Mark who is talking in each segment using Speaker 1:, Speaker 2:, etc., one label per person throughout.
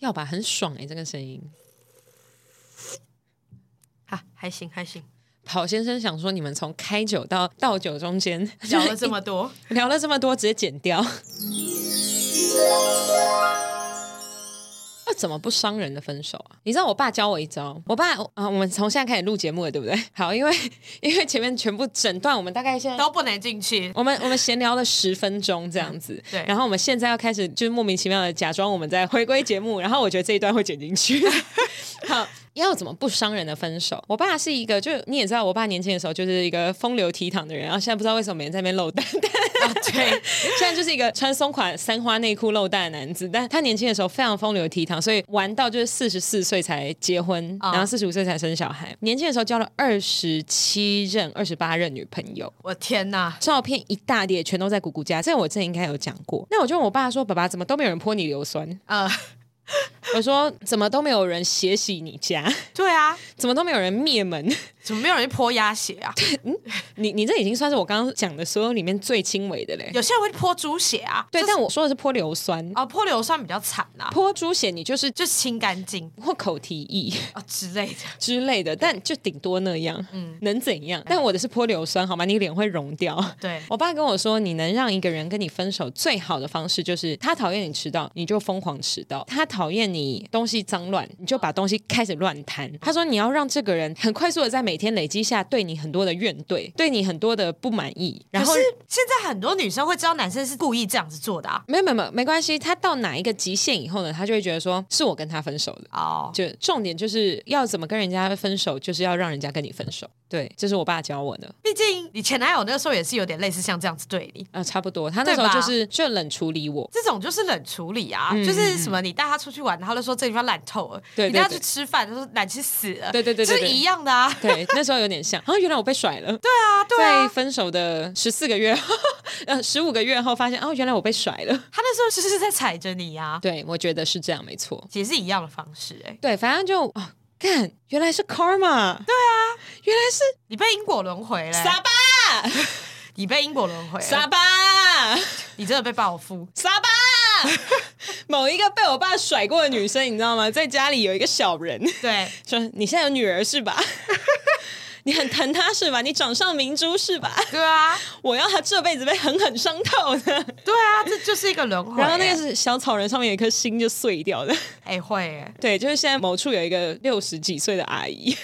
Speaker 1: 要吧，很爽哎、这个声音。
Speaker 2: 哈，还行还行，
Speaker 1: 跑先生想说，你们从开酒到倒酒中间
Speaker 2: 聊了这么 多，
Speaker 1: 聊了这么多，直接剪掉。那怎么不伤人的分手啊？你知道我爸教我一招，我爸啊、我们从现在开始录节目了，对不对？好，因为因为前面全部整段，我们大概现在
Speaker 2: 都不能进去。
Speaker 1: 我们我们闲聊了十分钟这样子，
Speaker 2: 嗯对
Speaker 1: 然后我们现在要开始，就是莫名其妙的假装我们在回归节目，然后我觉得这一段会剪进 去。好，要怎么不伤人的分手？我爸是一个，就你也知道，我爸年轻的时候就是一个风流倜傥的人，然后现在不知道为什么每天在那边 露蛋蛋。
Speaker 2: 啊对，
Speaker 1: 现在就是一个穿松垮三花内裤露蛋的男子，但他年轻的时候非常风流倜傥，所以玩到就是四十四岁才结婚，
Speaker 2: 啊
Speaker 1: 然后四十五岁才生小孩。年轻的时候交了二十七任、二十八任女朋友，
Speaker 2: 我天哪！
Speaker 1: 照片一大叠，全都在姑姑家。这个我之前应该有讲过。那我就问我爸说：“爸爸，怎么都没有人泼你硫酸
Speaker 2: 呃，？”
Speaker 1: 我说：“怎么都没有人血洗你家？
Speaker 2: 对啊，
Speaker 1: 怎么都没有人灭门？
Speaker 2: 怎么没有人去泼鸭血 啊？
Speaker 1: 你你这已经算是我刚刚讲的所有里面最轻微的嘞。
Speaker 2: 有些人会泼猪血啊。
Speaker 1: 对，
Speaker 2: 这
Speaker 1: 但我说的是泼硫酸。
Speaker 2: 哦，泼硫酸比较惨啊，
Speaker 1: 泼猪血，你就是
Speaker 2: 就是清干净
Speaker 1: 或口蹄疫
Speaker 2: 啊之类的。
Speaker 1: 之类的，但就顶多那样，嗯，能怎样？但我的是泼硫酸，好吗？你脸会融掉。
Speaker 2: 对
Speaker 1: 我爸跟我说，你能让一个人跟你分手最好的方式就是，他讨厌你迟到，你就疯狂迟到；他讨厌你东西脏乱，你就把东西开始乱摊。他说，你要让这个人很快速的在每天累积下对你很多的怨怼，对你很多的不满意，然后
Speaker 2: 可是现在很多女生会知道男生是故意这样子做的啊。
Speaker 1: 没有没有没有没关系，他到哪一个极限以后呢，他就会觉得说是我跟他分手了。
Speaker 2: 哦，
Speaker 1: 就重点就是要怎么跟人家分手，就是要让人家跟你分手。对，这是我爸教我的。
Speaker 2: 毕竟你前男友那个时候也是有点类似像这样子对你。
Speaker 1: 啊，差不多，他那时候
Speaker 2: 对吧
Speaker 1: 就是就冷处理我，
Speaker 2: 这种就是冷处理啊，就是什么你带他出去玩，他就说这地方烂透了；
Speaker 1: 对对
Speaker 2: 你带他
Speaker 1: 对
Speaker 2: 去吃饭，他说难吃死了。
Speaker 1: 对对对对
Speaker 2: 这
Speaker 1: 对
Speaker 2: 是一样的啊。
Speaker 1: 对，那时候有点像。然后原来我被甩了，
Speaker 2: 对啊，对啊
Speaker 1: 在，分手的十四个月后， 呃，十五个月后发现，哦，原来我被甩了。
Speaker 2: 他那时候就是在踩着你呀、啊，
Speaker 1: 对，我觉得是这样，没错。
Speaker 2: 也是一样的方式、哎，
Speaker 1: 对，反正就哦，看，原来是 karma。对啊，原来是
Speaker 2: 你被因果轮回了、
Speaker 1: 沙巴，
Speaker 2: 你被因果轮回
Speaker 1: 沙
Speaker 2: 了，
Speaker 1: 巴，
Speaker 2: 你真的被报复。
Speaker 1: 沙巴。 某一个被我爸甩过的女生，你知道吗？在家里有一个小人，
Speaker 2: 对，
Speaker 1: 说你现在有女儿是吧？ 你很疼她是吧？你掌上明珠是吧？
Speaker 2: 对啊，
Speaker 1: 我要她这辈子被狠狠伤透的。
Speaker 2: 对啊，这就是一个轮回、
Speaker 1: 然后那个
Speaker 2: 哎
Speaker 1: 是小草人上面有一颗心就碎掉的，
Speaker 2: 哎、会、哎，
Speaker 1: 对，就是现在某处有一个六十几岁的阿 姨，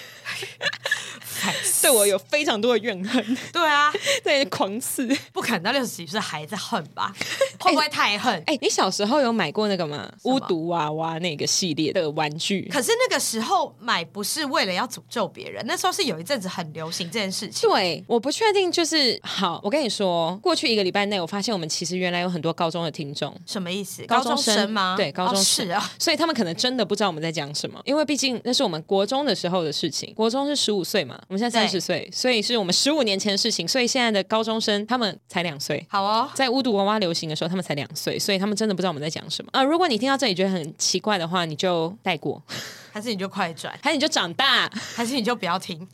Speaker 2: 烦死
Speaker 1: 对我有非常多的怨恨，
Speaker 2: 对啊，
Speaker 1: 对，狂刺。
Speaker 2: 不可能到六十几岁还在恨 吧？会不会太恨？
Speaker 1: 哎、你小时候有买过那个吗？
Speaker 2: 么
Speaker 1: 巫毒娃娃那个系列的玩具？
Speaker 2: 可是那个时候买不是为了要诅咒别人，那时候是有一阵子很流行这件事情。
Speaker 1: 对，我不确定，就是好，我跟你说，过去一个礼拜内，我发现我们其实原来有很多高中的听众，
Speaker 2: 什么意思？
Speaker 1: 高
Speaker 2: 中
Speaker 1: 生
Speaker 2: 吗？
Speaker 1: 对，高中
Speaker 2: 哦
Speaker 1: 生、
Speaker 2: 是啊，
Speaker 1: 所以他们可能真的不知道我们在讲什么，因为毕竟那是我们国中的时候的事情。国中是十五岁嘛，我们现在三
Speaker 2: 对
Speaker 1: 十岁，所以是我们十五年前的事情。所以现在的高中生他们才两岁。
Speaker 2: 好哦，
Speaker 1: 在巫毒娃娃流行的时候，他们才两岁，所以他们真的不知道我们在讲什么啊、如果你听到这里觉得很奇怪的话，你就带过，
Speaker 2: 还是你就快转，
Speaker 1: 还是你就长大。
Speaker 2: 还是你就不要听。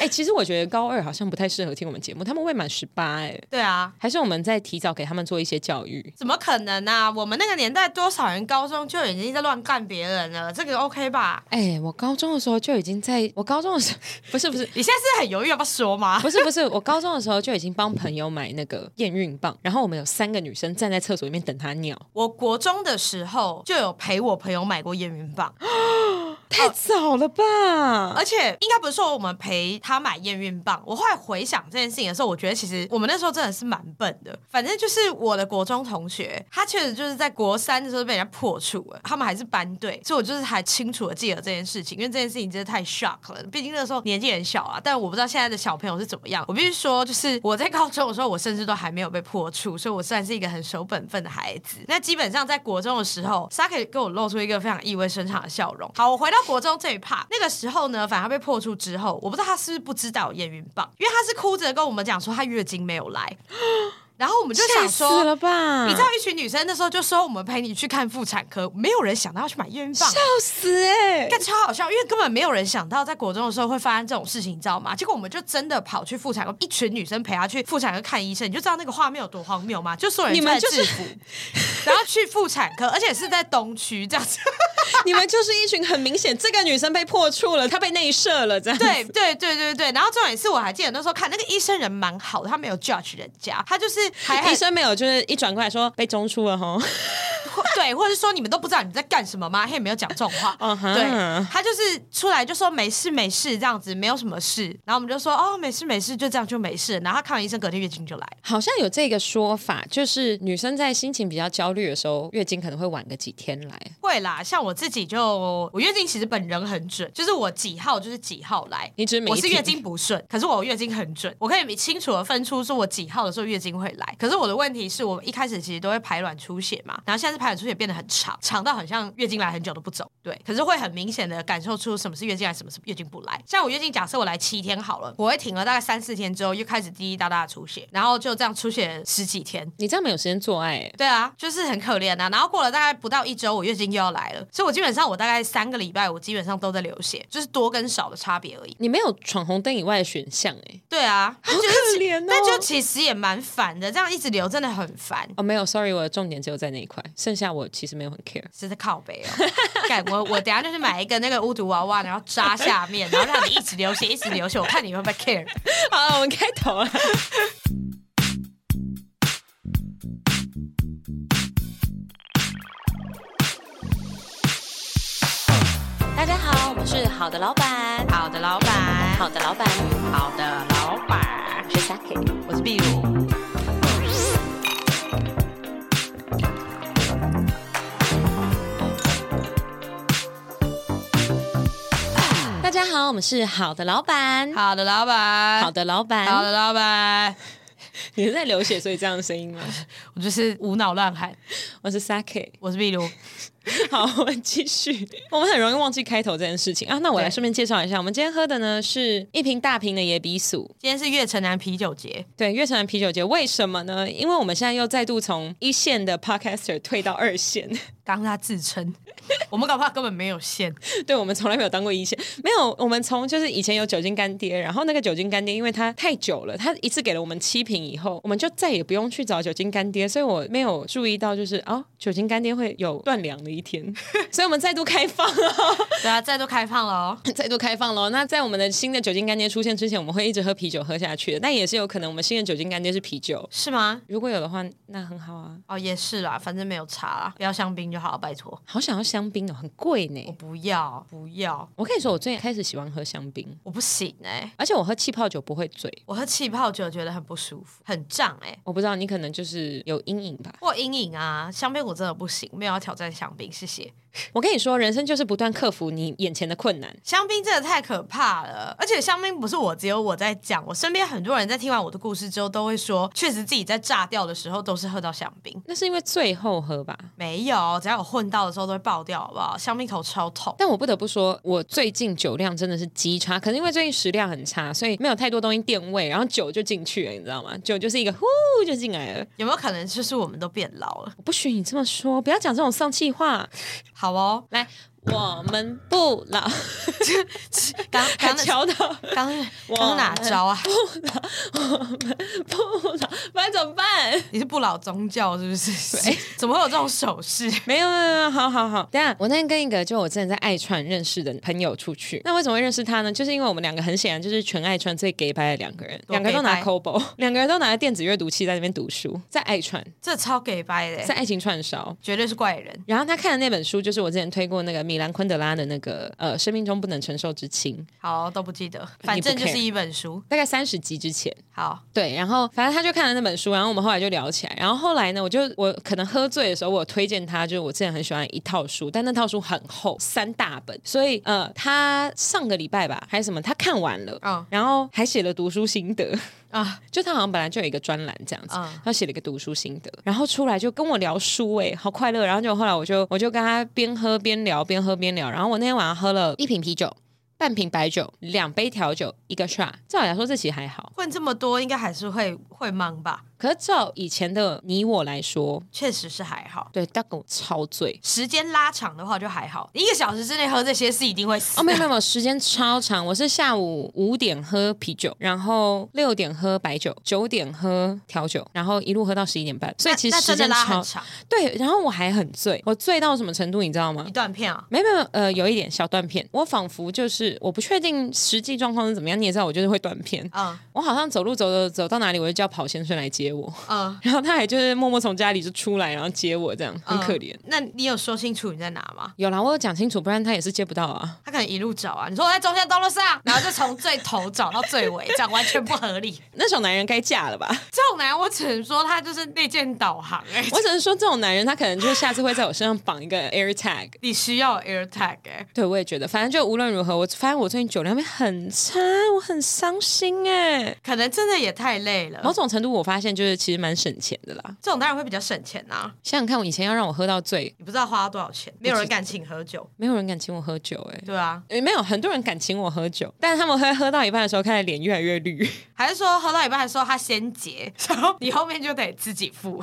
Speaker 1: 哎、其实我觉得高二好像不太适合听我们节目，他们未满十八，哎，
Speaker 2: 对啊，
Speaker 1: 还是我们在提早给他们做一些教育。
Speaker 2: 怎么可能啊？我们那个年代多少人高中就已经在乱干别人了，这个 OK 吧？
Speaker 1: 哎、我高中的时候就已经在，我高中的时候 不是不是，
Speaker 2: 你现在是很犹豫要不要说 吗？
Speaker 1: 不是不是，我高中的时候就已经帮朋友买那个验孕棒，然后我们有三个女生站在厕所里面等她尿，
Speaker 2: 我国中的时候就有陪我朋友买过验孕棒，
Speaker 1: 太太早了吧？
Speaker 2: 而且应该不是说我们陪他买验孕棒，我后来回想这件事情的时候，我觉得其实我们那时候真的是蛮笨的。反正就是我的国中同学，他确实就是在国三的时候被人家破处了，他们还是班队，所以我就是还清楚的记得这件事情，因为这件事情真的太 shock 了。毕竟那时候年纪很小啊，但我不知道现在的小朋友是怎么样。我必须说，就是我在高中的时候，我甚至都还没有被破处，所以我算是一个很守本分的孩子。那基本上在国中的时候 s a k 给我露出一个非常意味深长的笑容。好，我回到国中这一趴，那个时候呢，反正他被破处之后，我不知道他是不是不知道有验孕棒，因为他是哭着跟我们讲说他月经没有来， 然后我们就
Speaker 1: 吓
Speaker 2: 想
Speaker 1: 死
Speaker 2: 说
Speaker 1: 了。吧？
Speaker 2: 你知道一群女生那时候就说我们陪你去看妇产科，没有人想到要去买验孕棒，
Speaker 1: 笑死哎、
Speaker 2: 但超好笑，因为根本没有人想到在国中的时候会发生这种事情，你知道吗？结果我们就真的跑去妇产科，一群女生陪她去妇产科看医生，你就知道那个画面有多荒谬吗？就所有人
Speaker 1: 你们
Speaker 2: 穿
Speaker 1: 就
Speaker 2: 制
Speaker 1: 是
Speaker 2: 服，然后去妇产科，而且是在东区这 样子。
Speaker 1: 你们就是一群很明显，这个女生被破处了，她被内射了，这样子
Speaker 2: 对对对对对，然后重点是我还记得那时候看那个医生人蛮好的，他没有 judge 人家，他就是还很
Speaker 1: 医生没有，就是一转过来说被中出了 吼，
Speaker 2: 或对，或者是说你们都不知道你们在干什么吗？他也没有讲这种话。
Speaker 1: 嗯哼
Speaker 2: 对，他就是出来就说没事没事这样子，没有什么事。然后我们就说哦没事没事，就这样就没事。然后他看完医生，隔天月经就来。
Speaker 1: 好像有这个说法，就是女生在心情比较焦虑的时候，月经可能会晚个几天来。
Speaker 2: 会啦，像我自己就我月经其实本人很准，就是我几号就是几号来。
Speaker 1: 你只是没
Speaker 2: 我是
Speaker 1: 听
Speaker 2: 月经不顺，可是我月经很准，我可以清楚的分出说我几号的时候月经会来。可是我的问题是我一开始其实都会排卵出血嘛，然后现在是排卵出血变得很长，长到很像月经来很久都不走。对，可是会很明显的感受出什么是月经来，什么是月经不来。像我月经假设我来七天好了，我会停了大概三四天之后，又开始滴滴答答的出血，然后就这样出血十几天，
Speaker 1: 你这样没有时间做爱、欸，
Speaker 2: 对啊，就是很可怜啊。然后过了大概不到一周，我月经又要来了，所以我基本上我大概三个礼拜，我基本上都在流血，就是多跟少的差别而已。
Speaker 1: 你没有闯红灯以外的选项哎、欸。
Speaker 2: 对啊，好
Speaker 1: 可怜哦
Speaker 2: 那就其实也蛮烦的，这样一直流真的很烦。
Speaker 1: 哦，没有，sorry，我的重点只有在那一块，剩下我其实没有很 care。
Speaker 2: 真是靠北哦！ 干我我等一下就是买一个那个巫毒娃娃，然后扎下面，然后让你一直流血，一直流血，我看你会不会 care。
Speaker 1: 好了，我们开头了。大家好，我们是好的老板，
Speaker 2: 好的，老板，
Speaker 1: 好的老板，
Speaker 2: 好的，老板，
Speaker 1: 我是 Saki。
Speaker 2: 我是壁炉。
Speaker 1: 大家好，我们是好的老板，
Speaker 2: 好的，老板，
Speaker 1: 好，的老板，
Speaker 2: 好的，老板，
Speaker 1: 你是在流血所以这样的声音吗？
Speaker 2: 我就是无脑乱喊，
Speaker 1: 我是 Saki。
Speaker 2: 我是壁炉。
Speaker 1: 好，我们继续。 我们很容易忘记开头这件事情啊。那我来
Speaker 2: 对
Speaker 1: 顺便介绍一下，我们今天喝的呢是一瓶大瓶的野比素，
Speaker 2: 今天是越城南啤酒节，
Speaker 1: 对，月城南啤酒节为什么呢？因为我们现在又再度从一线的 podcaster 退到二线，
Speaker 2: 当他自称， 我们搞不好根本没有线，
Speaker 1: 对我们从来没有当过一线，没有，我们从就是以前有酒精干爹，然后那个酒精干爹因为他太久了，他一次给了我们七瓶以后，我们就再也不用去找酒精干爹，所以我没有注意到就是哦，酒精干爹会有断粮的一天， 所以我们再度开放了。
Speaker 2: 对啊，再度开放了哦。
Speaker 1: 再度开放喽。那在我们的新的酒精干爹出现之前，我们会一直喝啤酒喝下去的，但也是有可能我们新的酒精干爹是啤酒。
Speaker 2: 是吗？
Speaker 1: 如果有的话，那很好啊。
Speaker 2: 哦，也是啦，反正没有查啦，不要香槟就好，拜托。
Speaker 1: 好想要香槟哦，很贵
Speaker 2: 我
Speaker 1: 呢。
Speaker 2: 不要，不要，
Speaker 1: 我跟你说，我最近开始喜欢喝香槟，
Speaker 2: 我不行哎、
Speaker 1: 而且我喝气泡酒不会醉。
Speaker 2: 我喝气泡酒觉得很不舒服，很胀哎、
Speaker 1: 我不知道你可能就是有阴影吧。
Speaker 2: 我有阴影啊，香槟我真的不行，没有要挑战香槟，谢谢。
Speaker 1: 我跟你说，人生就是不断克服你眼前的困难。
Speaker 2: 香槟真的太可怕了，而且香槟不是我只有我在讲，我身边很多人在听完我的故事之后都会说，确实自己在炸掉的时候都是喝到香槟。
Speaker 1: 那是因为最后喝吧。
Speaker 2: 没有，只要有混到的时候都会爆掉，好不好？香槟口超痛。
Speaker 1: 但我不得不说，我最近酒量真的是极差，可能因为最近食量很差，所以没有太多东西垫胃，然后酒就进去了，你知道吗？酒就是一个呼就进来了。
Speaker 2: 有没有可能就是我们都变老了？
Speaker 1: 我不许你这么说，不要讲这种丧气话。
Speaker 2: 好哦，
Speaker 1: 来，我们不老，
Speaker 2: 刚刚
Speaker 1: 还嗯
Speaker 2: 那
Speaker 1: 敲到
Speaker 2: 刚刚哪招啊？
Speaker 1: 不老，不然怎么办？
Speaker 2: 你是不老宗教是不是？ 怎么会有这种手势？
Speaker 1: 没有没有没有，好好好。等一下，我那天跟一个就我之前在爱川认识的朋友出去，那为什么会认识他呢？就是因为我们两个很显然就是全爱川最 gay 掰的两个人，
Speaker 2: 多
Speaker 1: 两个都
Speaker 2: gay
Speaker 1: 拿
Speaker 2: 掰
Speaker 1: Kobo，两个人都拿着电子阅读器在那边读书，在爱川，
Speaker 2: 这超给掰的
Speaker 1: 在
Speaker 2: 欸，
Speaker 1: 爱情串烧。
Speaker 2: 绝对是怪人。
Speaker 1: 然后他看的那本书就是我之前推过那个《米兰昆德拉的那个呃《生命中不能承受之轻》，
Speaker 2: 好，都不记得，反正就是一本书。
Speaker 1: 大概三十集之前。
Speaker 2: 好，
Speaker 1: 对，然后反正他就看了那本书，然后我们后来就聊起来。然后后来呢，我就我可能喝醉的时候，我有推荐他，就是我之前很喜欢一套书，但那套书很厚，三大本，所以呃，他上个礼拜吧还是什么，他看完了，
Speaker 2: 嗯
Speaker 1: 然后还写了读书心得。
Speaker 2: 啊，
Speaker 1: 就他好像本来就有一个专栏这样子，
Speaker 2: 嗯
Speaker 1: 他写了一个读书心得，然后出来就跟我聊书、欸，好快乐。然后就后来我就我就跟他边喝边聊，边喝边聊。然后我那天晚上喝了一瓶啤酒。半瓶白酒，两杯调酒，一个 shot。照理来说，这其实还好。
Speaker 2: 混这么多，应该还是会会忙吧？
Speaker 1: 可是照以前的你我来说，
Speaker 2: 确实是还好。
Speaker 1: 对，大狗超醉。
Speaker 2: 时间拉长的话就还好，一个小时之内喝这些是一定会死
Speaker 1: 哦，
Speaker 2: 的。
Speaker 1: 没有没有没有，时间超长。我是下午五点喝啤酒，然后六点喝白酒，九点喝调酒，然后一路喝到十一点半。所以
Speaker 2: 那
Speaker 1: 其实
Speaker 2: 那
Speaker 1: 时
Speaker 2: 真的
Speaker 1: 间
Speaker 2: 拉很
Speaker 1: 超
Speaker 2: 长，
Speaker 1: 对，然后我还很醉，我醉到什么程度你知道吗
Speaker 2: 一？段片啊，
Speaker 1: 没有没有，呃，有一点小断片。我仿佛就是我不确定实际状况是怎么样，你也知道我就是会断片。
Speaker 2: 嗯
Speaker 1: 我好像走路走走走到哪里，我就叫跑先生来接我，
Speaker 2: 嗯，
Speaker 1: 然后他还就是默默从家里就出来，然后接我，这样很
Speaker 2: 嗯
Speaker 1: 可怜。
Speaker 2: 那你有说清楚你在哪吗？
Speaker 1: 有啦，我有讲清楚，不然他也是接不到啊。
Speaker 2: 他可能一路找啊，你说我在中山东路上，然后就从最头找到最尾，这样 完全不合理。
Speaker 1: 那种男人该嫁了吧？
Speaker 2: 这种男人，我只能说他就是内建导航哎、
Speaker 1: 我只能说，这种男人他可能就是下次会在我身上绑一个 air tag。
Speaker 2: 你需要 AirTag 哎、
Speaker 1: 对，我也觉得，反正就无论如何，我发现我最近酒量会很差，我很伤心哎、
Speaker 2: 可能真的也太累了。
Speaker 1: 某种程度，我发现就是其实蛮省钱的啦。
Speaker 2: 这种当然会比较省钱呐、啊，
Speaker 1: 想想看，我以前要让我喝到醉，
Speaker 2: 你不知道花了多少钱，没有人敢请喝酒，
Speaker 1: 没有人敢请我喝酒、欸，
Speaker 2: 对啊，
Speaker 1: 哎，没有很多人敢请我喝酒，但是他们会喝到一半的时候，看起来脸越来越绿。
Speaker 2: 还是说喝到一半的时候他先结， 然后你后面就得自己付。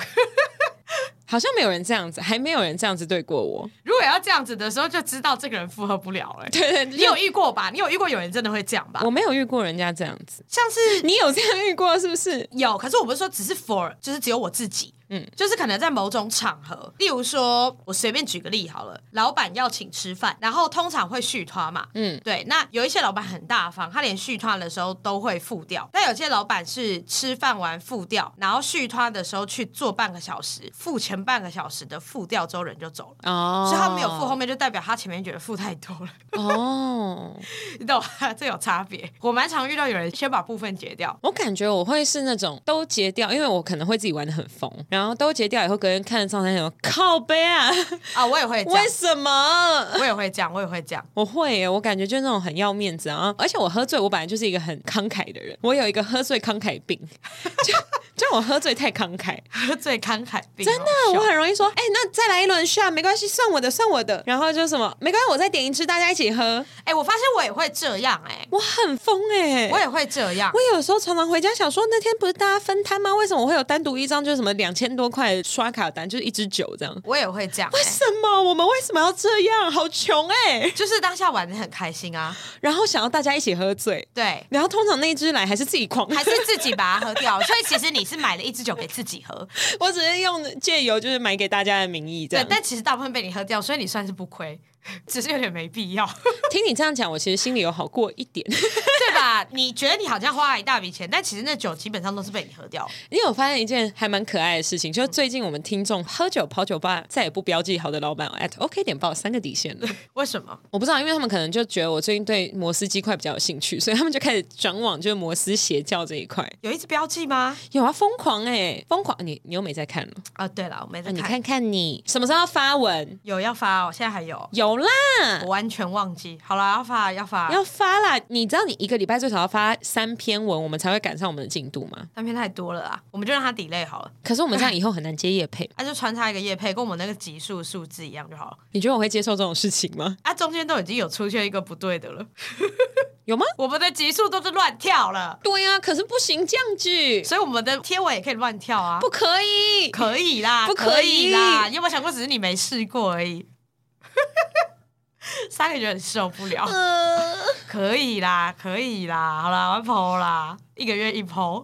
Speaker 1: 好像没有人这样子，还没有人这样子对过我。
Speaker 2: 如果要这样子的时候，就知道这个人负荷不了了、哎
Speaker 1: 对对，
Speaker 2: 你有遇过吧？你有遇过有人真的会这样吧
Speaker 1: 我？没有遇过人家这样子，
Speaker 2: 像是
Speaker 1: 你有这样遇过是不是？
Speaker 2: 有，可是我不是说只是 for，就是只有我自己。嗯，就是可能在某种场合，例如说，我随便举个例好了，老板要请吃饭，然后通常会续托嘛，
Speaker 1: 嗯
Speaker 2: 嗯，对。那有一些老板很大方，他连续托的时候都会付掉，但有些老板是吃饭完付掉，然后续托的时候去做半个小时，付前半个小时的付掉之后人就走了，
Speaker 1: 哦
Speaker 2: 所以他没有付后面就代表他前面觉得付太多了。
Speaker 1: 哦。
Speaker 2: 你懂吗？这有差别。我蛮常遇到有人先把部分结掉，
Speaker 1: 我感觉我会是那种都结掉，因为我可能会自己玩的很疯，然后都结掉以后，隔天看上三想靠背啊，
Speaker 2: 啊，我也会这样
Speaker 1: 为，什么？
Speaker 2: 我也会这样，我也会这样。
Speaker 1: 我会耶，我感觉就是那种很要面子，然后而且我喝醉，我本来就是一个很慷慨的人，我有一个喝醉慷慨病， 就就我喝醉太慷慨，
Speaker 2: 最慷慨病，
Speaker 1: 真的，我很容易说，哎、那再来一轮下，没关系，算我的，算我的，然后就什么没关系，我再点一支，大家一起喝，
Speaker 2: 哎、我发现我也会这样、哎，
Speaker 1: 我很疯哎，
Speaker 2: 我也会这样
Speaker 1: 我。有时候常常回家想说，那天不是大家分摊吗？为什么我会有单独一张就是什么两千多块的刷卡单，就是一支酒这样？
Speaker 2: 我也会这样、
Speaker 1: 为
Speaker 2: 哎，
Speaker 1: 什么我们为什么要这样？好穷哎、
Speaker 2: 就是当下玩的很开心啊，
Speaker 1: 然后想要大家一起喝醉，
Speaker 2: 对，
Speaker 1: 然后通常那一支来还是自己狂喝
Speaker 2: 还是自己把它喝掉。所以其实你是买了一支酒给自己喝，
Speaker 1: 我只是用借由就是买给大家的名义这
Speaker 2: 对
Speaker 1: 样，。
Speaker 2: 但其实大部分被你喝掉，所以你算是不亏，只是有点没必要，
Speaker 1: 听你这样讲，我其实心里有好过一点。
Speaker 2: 对吧？你觉得你好像花了一大笔钱，但其实那酒基本上都是被你喝掉。
Speaker 1: 因为我发现一件还蛮可爱的事情，就是最近我们听众喝酒跑酒吧再也不标记好的老板 at OK 点报三个底线了。
Speaker 2: 为什么？
Speaker 1: 我不知道，因为他们可能就觉得我最近对摩斯鸡块比较有兴趣，所以他们就开始转往就是摩斯邪教这一块。
Speaker 2: 有一支标记吗？
Speaker 1: 有啊，疯狂哎、疯狂！你你又没在看了、
Speaker 2: 啊，对了，我没在
Speaker 1: 啊你
Speaker 2: 看。
Speaker 1: 看看你什么时候要发文？
Speaker 2: 有要发哦，现在还有，
Speaker 1: 有啦，
Speaker 2: 我完全忘记。好了，要发要发，
Speaker 1: 嗯要发啦！你知道你一个礼拜最少要发三篇文，我们才会赶上我们的进度吗？
Speaker 2: 三篇太多了啊，我们就让它 delay 好了，
Speaker 1: 可是我们这样以后很难接夜配。
Speaker 2: 啊那、就穿插一个叶配，跟我们那个集数数字一样就好了。
Speaker 1: 你觉得我会接受这种事情吗？
Speaker 2: 啊，中间都已经有出现一个不对的了，
Speaker 1: 有吗？
Speaker 2: 我们的集数都是乱跳了，
Speaker 1: 对呀、可是不行，这样子
Speaker 2: 所以我们的贴文也可以乱跳啊，
Speaker 1: 不可以。
Speaker 2: 可以啦，
Speaker 1: 不可
Speaker 2: 可
Speaker 1: 以
Speaker 2: 啦，你有没有想过只是你没试过而已？ 三个人很受不了，
Speaker 1: 呃，
Speaker 2: 可以啦，可以啦，好啦，我要剖啦，一个月一剖，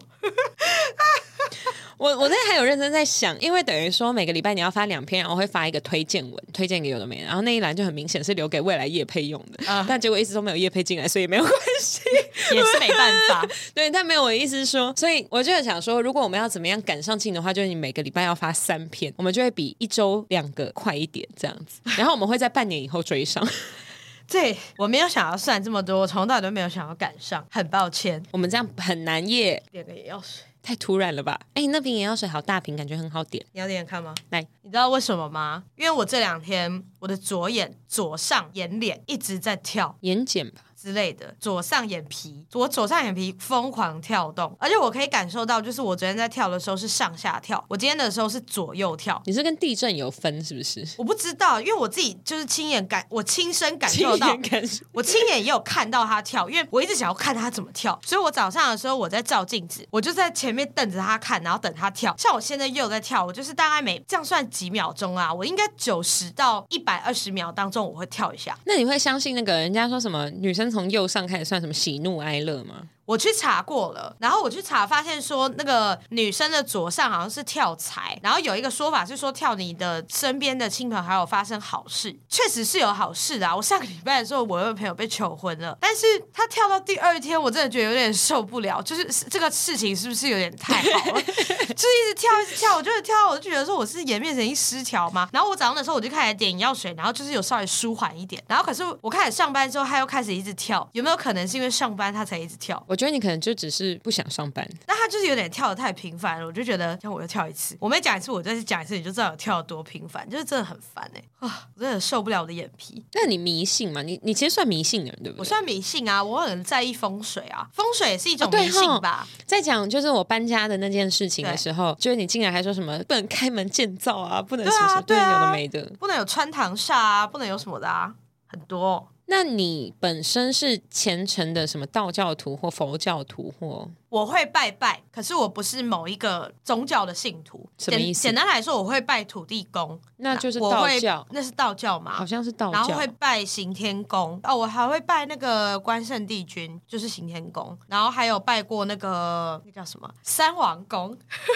Speaker 1: 我我那天还有认真在想，因为等于说每个礼拜你要发两篇，然后会发一个推荐文，推荐给有的没的，然后那一栏就很明显是留给未来叶配用的，
Speaker 2: 啊
Speaker 1: 但结果一直都没有叶配进来，所以也没有关系。
Speaker 2: 也是没办法。
Speaker 1: 对，但没有我的意思是说，所以我就很想说，如果我们要怎么样赶上进的话，就是你每个礼拜要发三篇，我们就会比一周两个快一点这样子，然后我们会在半年以后追上。
Speaker 2: 对，我没有想要算这么多，我从头到尾都没有想要赶上，很抱歉。
Speaker 1: 我们这样很难耶，
Speaker 2: 点个眼药水，
Speaker 1: 太突然了吧？哎，那瓶眼药水好大瓶，感觉很好点。
Speaker 2: 你要点眼看吗？
Speaker 1: 来，
Speaker 2: 你知道为什么吗？因为我这两天我的左眼左上眼脸一直在跳
Speaker 1: 眼睑吧。
Speaker 2: 之类的，左上眼皮，我左上眼皮疯狂跳动，而且我可以感受到，就是我昨天在跳的时候是上下跳，我今天的时候是左右跳。
Speaker 1: 你是跟地震有分是不是？
Speaker 2: 我不知道，因为我自己就是亲眼感，我亲身感受到
Speaker 1: 亲眼，感受
Speaker 2: 我亲眼也有看到他跳，因为我一直想要看他怎么跳，所以我早上的时候我在照镜子，我就在前面瞪着他看，然后等他跳。像我现在又在跳，我就是大概每这样算几秒钟啊，我应该九十到一百二十秒当中我会跳一下。
Speaker 1: 那你会相信那个人家说什么女生从右上开始算什么喜怒哀乐吗？
Speaker 2: 我去查过了，然后我去查发现说，那个女生的左上好像是跳财，然后有一个说法是说跳你的身边的亲朋好友发生好事，确实是有好事的、啊。我上个礼拜的时候，我有个朋友被求婚了，但是他跳到第二天，我真的觉得有点受不了，就是是这个事情是不是有点太好了？ 就是一直跳一直跳，我就是跳到我就觉得说我是颜面神经失调嘛。然后我早上的时候我就开始点眼药水，然后就是有稍微舒缓一点，然后可是我开始上班之后，他又开始一直跳，有没有可能是因为上班他才一直跳？
Speaker 1: 我觉得你可能就只是不想上班。
Speaker 2: 但他就是有点跳的太频繁了，我就觉得像我又跳一次，我每讲一次，我再去讲一次，你就知道我跳的多频繁，就是真的很烦哎、啊，我真的受不了我的眼皮。
Speaker 1: 那你迷信嘛？你你其实算迷信的人对不对？
Speaker 2: 我算迷信啊，我很在意风水啊，风水也是一
Speaker 1: 哦
Speaker 2: 种
Speaker 1: 对
Speaker 2: 迷信
Speaker 1: 吼
Speaker 2: 吧？
Speaker 1: 在讲就是我搬家的那件事情的
Speaker 2: 对
Speaker 1: 时候，就是你竟然还说什么不能开门建造啊，不能
Speaker 2: 对
Speaker 1: 什么
Speaker 2: 啊
Speaker 1: 什么，
Speaker 2: 对啊
Speaker 1: 有的没的。
Speaker 2: 不能有穿堂煞啊，不能有什么的啊，很多哦、
Speaker 1: 那你本身是虔诚的什么道教徒或佛教徒或
Speaker 2: 我会拜拜，可是我不是某一个宗教的信徒。
Speaker 1: 什么
Speaker 2: 简
Speaker 1: 意思
Speaker 2: 简单来说，我会拜土地公，
Speaker 1: 那就是
Speaker 2: 我
Speaker 1: 道
Speaker 2: 会
Speaker 1: 教
Speaker 2: 那是道教嘛？
Speaker 1: 好像是道
Speaker 2: 然后
Speaker 1: 教
Speaker 2: 会拜行天宫哦，我还会拜那个关圣帝君，就是行天宫，然后还有拜过那个那叫什么三王宫，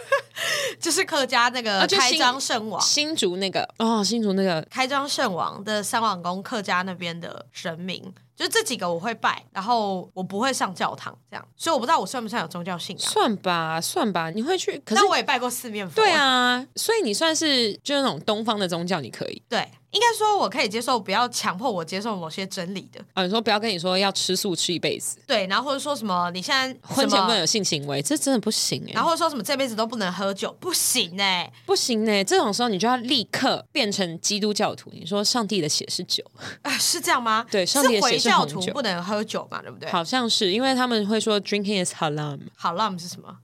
Speaker 2: 就是客家那
Speaker 1: 啊
Speaker 2: 个
Speaker 1: 就
Speaker 2: 开
Speaker 1: 新
Speaker 2: 张圣王。
Speaker 1: 新竹那个哦，新竹那个
Speaker 2: 开张圣王的三王宫，客家那边的神明，就这几个我会拜，然后我不会上教堂，这样，所以我不知道我算不算有宗教信仰。
Speaker 1: 算吧算吧，你会去可是
Speaker 2: 但我也拜过四面佛，
Speaker 1: 对，啊，所以你算是就是那种东方的宗教，你可以
Speaker 2: 对，应该说我可以接受，不要强迫我接受某些真理的，
Speaker 1: 啊。你说不要跟你说要吃素吃一辈子，
Speaker 2: 对，然后或者说什么你现在
Speaker 1: 婚前
Speaker 2: 什么
Speaker 1: 不能有性行为，这真的不行哎、
Speaker 2: 然后说什么这辈子都不能喝酒，不行哎、
Speaker 1: 不行呢、这种时候你就要立刻变成基督教徒。你说上帝的血是酒，
Speaker 2: 啊、是这样吗？
Speaker 1: 对上帝
Speaker 2: 是
Speaker 1: 也写
Speaker 2: 回
Speaker 1: 是
Speaker 2: 教
Speaker 1: 红
Speaker 2: 徒
Speaker 1: 酒
Speaker 2: 不能喝酒嘛，对不对？
Speaker 1: 好像是因为他们会说 drinking is haram，haram
Speaker 2: 好 l a m 是什么？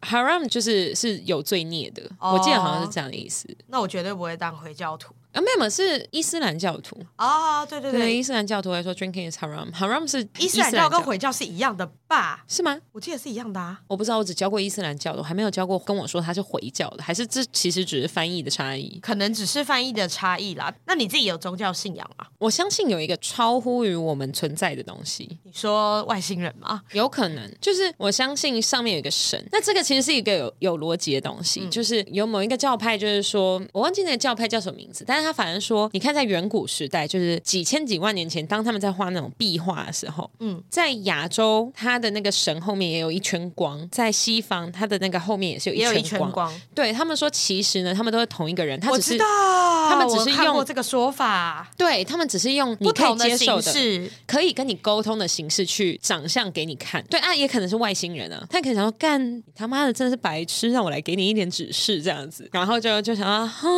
Speaker 1: 就是是有罪孽的。
Speaker 2: 哦
Speaker 1: 我记得好像是这样的意思。
Speaker 2: 那我绝对不会当回教徒
Speaker 1: 啊，没有没有，是伊斯兰教徒。
Speaker 2: 啊！对对
Speaker 1: 对，
Speaker 2: 对，
Speaker 1: 伊斯兰教徒会说 drinking is haram，haram 是
Speaker 2: 伊斯兰教跟回教是一样的吧？
Speaker 1: 是吗？
Speaker 2: 我记得是一样的啊。
Speaker 1: 我不知道，我只教过伊斯兰教的，我还没有教过跟我说他是回教的，还是这其实只是翻译的差异。
Speaker 2: 可能只是翻译的差异啦。那你自己有宗教信仰吗？
Speaker 1: 我相信有一个超乎于我们存在的东西，
Speaker 2: 你说外星人吗？
Speaker 1: 有可能就是我相信上面有一个神。那这个其实是一个有有逻辑的东
Speaker 2: 嗯
Speaker 1: 西，就是有某一个教派，就是说我忘记那个教派叫什么名字，但是他反正说，你看在远古时代，就是几千几万年前，当他们在画那种壁画的时候，嗯，在亚洲，他的那个神后面也有一圈光，在西方，他的那个后面也是有
Speaker 2: 也有一
Speaker 1: 一
Speaker 2: 圈
Speaker 1: 圈光。
Speaker 2: 光，
Speaker 1: 对他们说，其实呢，他们都是同一个人，他
Speaker 2: 我
Speaker 1: 只是
Speaker 2: 知道，他
Speaker 1: 们只是
Speaker 2: 看过
Speaker 1: 用
Speaker 2: 这个说法，
Speaker 1: 对他们只是用你
Speaker 2: 不
Speaker 1: 可以
Speaker 2: 同
Speaker 1: 接
Speaker 2: 的
Speaker 1: 受
Speaker 2: 形
Speaker 1: 的。
Speaker 2: 式。
Speaker 1: 可以跟你沟通的形式去长相给你看，对啊，也可能是外星人啊，他可能想说干你他妈的真的是白痴，让我来给你一点指示这样子，然后就就想啊，哈，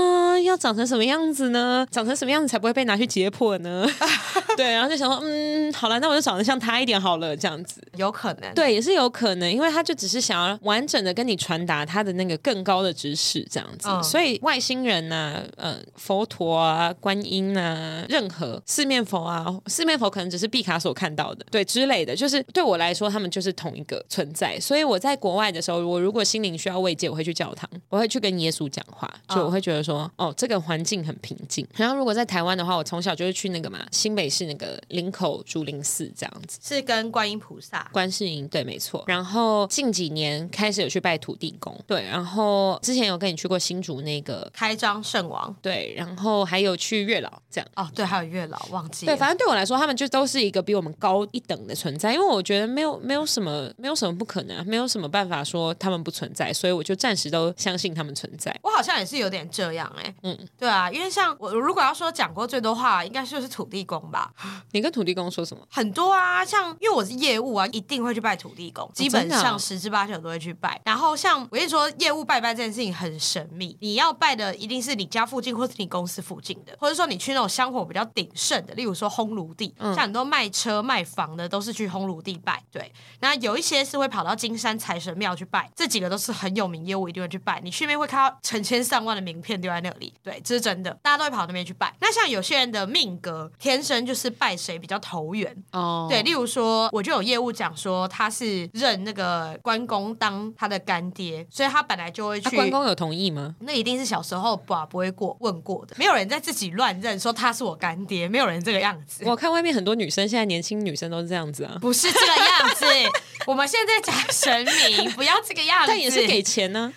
Speaker 1: 要长成什么样子呢？长成什么样子才不会被拿去解剖呢？ 对，然后就想说，嗯，好了，那我就长得像他一点好了，这样子，
Speaker 2: 有可能，
Speaker 1: 对，也是有可能，因为他就只是想要完整的跟你传达他的那个更高的知识这样子，
Speaker 2: 嗯
Speaker 1: 所以外星人呢、呃，佛陀啊、观音啊、任何四面佛啊，四面佛可能只是毕卡索看到的，对之类的，就是对我来说，他们就是同一个存在。所以我在国外的时候，我如果心灵需要慰藉，我会去教堂，我会去跟耶稣讲话，就我会觉得说，哦，这个环境很平静。然后如果在台湾的话，我从小就是去那个嘛新北市那个林口竹林寺这样子。
Speaker 2: 是跟观音菩萨。
Speaker 1: 观世音，对，没错。然后近几年开始有去拜土地公，对。然后之前有跟你去过新竹那个，
Speaker 2: 开张圣王
Speaker 1: 对。然后还有去月老这样。
Speaker 2: 哦，对，还有月老，忘记
Speaker 1: 对，
Speaker 2: 了。
Speaker 1: 反正对我来说，他们就都是一个比我们高一等的存在，因为我觉得没有没有什么没有什么不可能啊，没有什么办法说他们不存在，所以我就暂时都相信他们存在。
Speaker 2: 我好像也是有点这样哎、
Speaker 1: 嗯
Speaker 2: 嗯，对啊，因为像我如果要说讲过最多话，应该就是土地公吧，
Speaker 1: 你跟土地公说什么？
Speaker 2: 很多啊，像因为我是业务啊，一定会去拜土地公，基本
Speaker 1: 真的啊
Speaker 2: 上十之八九都会去拜。然后像我跟你说，业务拜拜这件事情很神秘，你要拜的一定是你家附近或是你公司附近的，或者说你去那种香火比较鼎盛的，例如说烘炉地，
Speaker 1: 嗯
Speaker 2: 像很多卖车卖房的都是去烘炉地拜。对，那有一些是会跑到金山财神庙去拜，这几个都是很有名业务一定会去拜。你去那边会看到成千上万的名片丢在那里，对，这是真的，大家都会跑那边去拜。那像有些人的命格天生就是拜谁比较投缘，
Speaker 1: 哦
Speaker 2: 对，例如说，我就有业务讲说他是认那个关公当他的干爹，所以他本来就会
Speaker 1: 那、
Speaker 2: 去。
Speaker 1: 啊关公有同意吗？
Speaker 2: 那一定是小时候爸不会过问过的，没有人在自己乱认说他是我干爹，没有人这个样子。
Speaker 1: 我看外面很多女生，现在年轻女生都是这样子啊，
Speaker 2: 不是这个样子，我们现在讲神明，不要这个样子。
Speaker 1: 但也是给钱呢、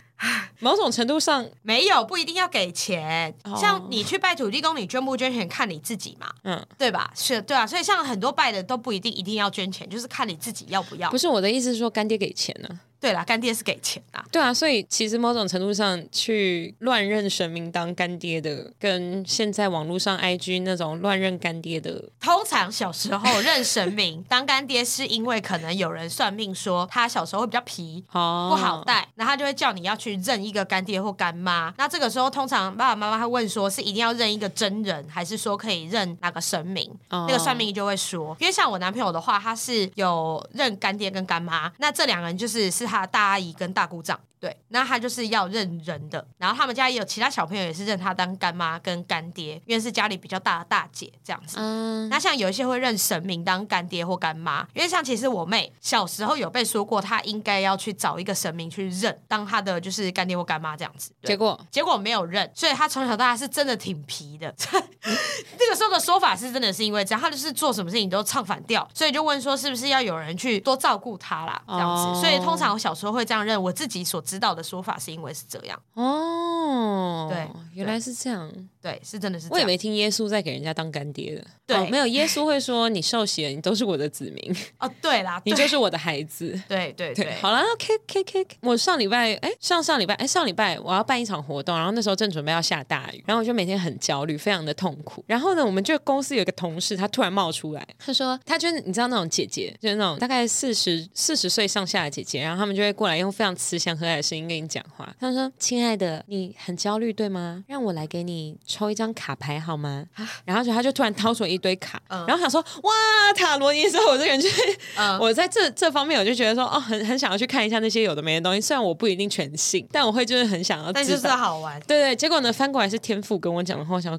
Speaker 1: 某种程度上，
Speaker 2: 没有，不一定要给钱。
Speaker 1: 哦
Speaker 2: 像你去拜土地公，你捐不捐钱看你自己嘛，
Speaker 1: 嗯，
Speaker 2: 对吧？是，对啊。所以像很多拜的都不一定一定要捐钱，就是看你自己要不要
Speaker 1: 不。是我的意思是说干爹给钱呢、
Speaker 2: 对啦，干爹是给钱啊。
Speaker 1: 对啊，所以其实某种程度上，去乱认神明当干爹的，跟现在网络上 IG 那种乱认干爹的，
Speaker 2: 通常小时候认神明当干爹，是因为可能有人算命说他小时候会比较皮。
Speaker 1: 哦
Speaker 2: 不好带，那他就会叫你要去认一个干爹或干妈。那这个时候，通常爸爸妈妈会问说，是一定要认一个真人，还是说可以认哪个神明？
Speaker 1: 哦
Speaker 2: 那个算命就会说，因为像我男朋友的话，他是有认干爹跟干妈，那这两个人就是是他的大阿姨跟大姑丈。对，那他就是要认人的，然后他们家也有其他小朋友也是认他当干妈跟干爹，因为是家里比较大的大姐这样子。
Speaker 1: 嗯，
Speaker 2: 那像有一些会认神明当干爹或干妈，因为像其实我妹小时候有被说过，她应该要去找一个神明去认，当她的就是干爹或干妈这样子。对
Speaker 1: 结果
Speaker 2: 结果没有认，所以她从小到大是真的挺皮的。 那个时候的说法是真的是因为这样，她就是做什么事情都唱反调，所以就问说是不是要有人去多照顾她啦，这样子。
Speaker 1: 哦
Speaker 2: 所以通常我小时候会这样认，我自己所知道的说法是因为是这样，
Speaker 1: 哦，
Speaker 2: 对
Speaker 1: 原来是这样，
Speaker 2: 对，是真的是这
Speaker 1: 我也
Speaker 2: 样。
Speaker 1: 没听耶稣在给人家当干爹的，
Speaker 2: 对
Speaker 1: 哦没有耶稣会说你受洗了，你都是我的子民，
Speaker 2: 哦，对啦，
Speaker 1: 你
Speaker 2: 对
Speaker 1: 就是我的孩子。
Speaker 2: 对对
Speaker 1: 对
Speaker 2: 对，，
Speaker 1: 好了，K K K，我上礼拜哎，上上礼拜哎，上礼拜我要办一场活动，然后那时候正准备要下大雨，然后我就每天很焦虑，非常的痛苦。然后呢，我们就公司有一个同事，他突然冒出来，他说他就是你知道那种姐姐，就是那种大概四十四十岁上下的姐姐，然后他们就会过来用非常慈祥和蔼的声音跟你讲话。他说：“亲爱的，你很焦虑对吗？让我来给你抽一张卡牌好吗？”
Speaker 2: 啊
Speaker 1: 然后就他就突然掏出一堆卡，然后想说：“哇，塔罗！”你知道我这个人就是
Speaker 2: 嗯
Speaker 1: 我在这这方面，我就觉得说，哦，很很想要去看一下那些有的没的东西。虽然我不一定全信，但我会就是很想要
Speaker 2: 但
Speaker 1: 知
Speaker 2: 就是
Speaker 1: 道。
Speaker 2: 好玩。
Speaker 1: 对对，结果呢，翻过来是天赋跟我讲的话，我想，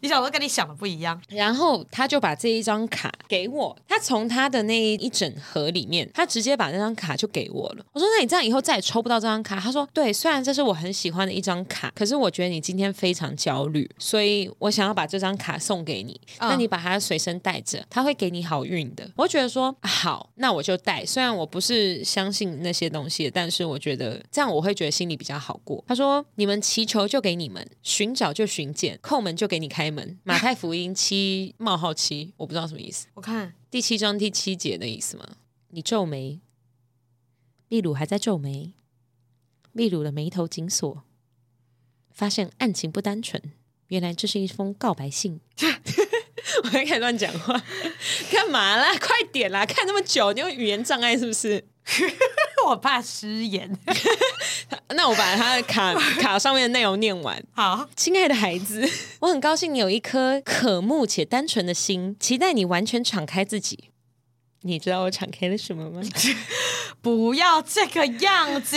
Speaker 2: 你小时候跟你想的不一样，
Speaker 1: 然后他就把这一张卡给我，他从他的那一整盒里面，他直接把那张卡就给我了。我说，那你这样以后再也抽不到这张卡。他说，对，虽然这是我很喜欢的一张卡，可是我觉得你今天非常焦虑，所以我想要把这张卡送给你。
Speaker 2: 嗯
Speaker 1: 那你把它随身带着，它会给你好运的。我觉得说啊好，那我就带。虽然我不是相信那些东西，但是我觉得这样我会觉得心里比较好过。他说：“你们祈求就给你们，寻找就寻见，叩门就给你开门。”马太福音七冒号七，我不知道什么意思，
Speaker 2: 我看
Speaker 1: 第七章第七节的意思吗？你皱眉，秘鲁还在皱眉，秘鲁的眉头紧锁，发现案情不单纯，原来这是一封告白信。 我还开始乱讲话，干嘛啦？快点啦！看那么久，你有语言障碍是不是？
Speaker 2: 我怕失言。
Speaker 1: 那我把他的卡卡上面的内容念完。
Speaker 2: 好，
Speaker 1: 亲爱的孩子，我很高兴你有一颗渴慕且单纯的心，期待你完全敞开自己。你知道我敞开了什么吗？
Speaker 2: 不要这个样子。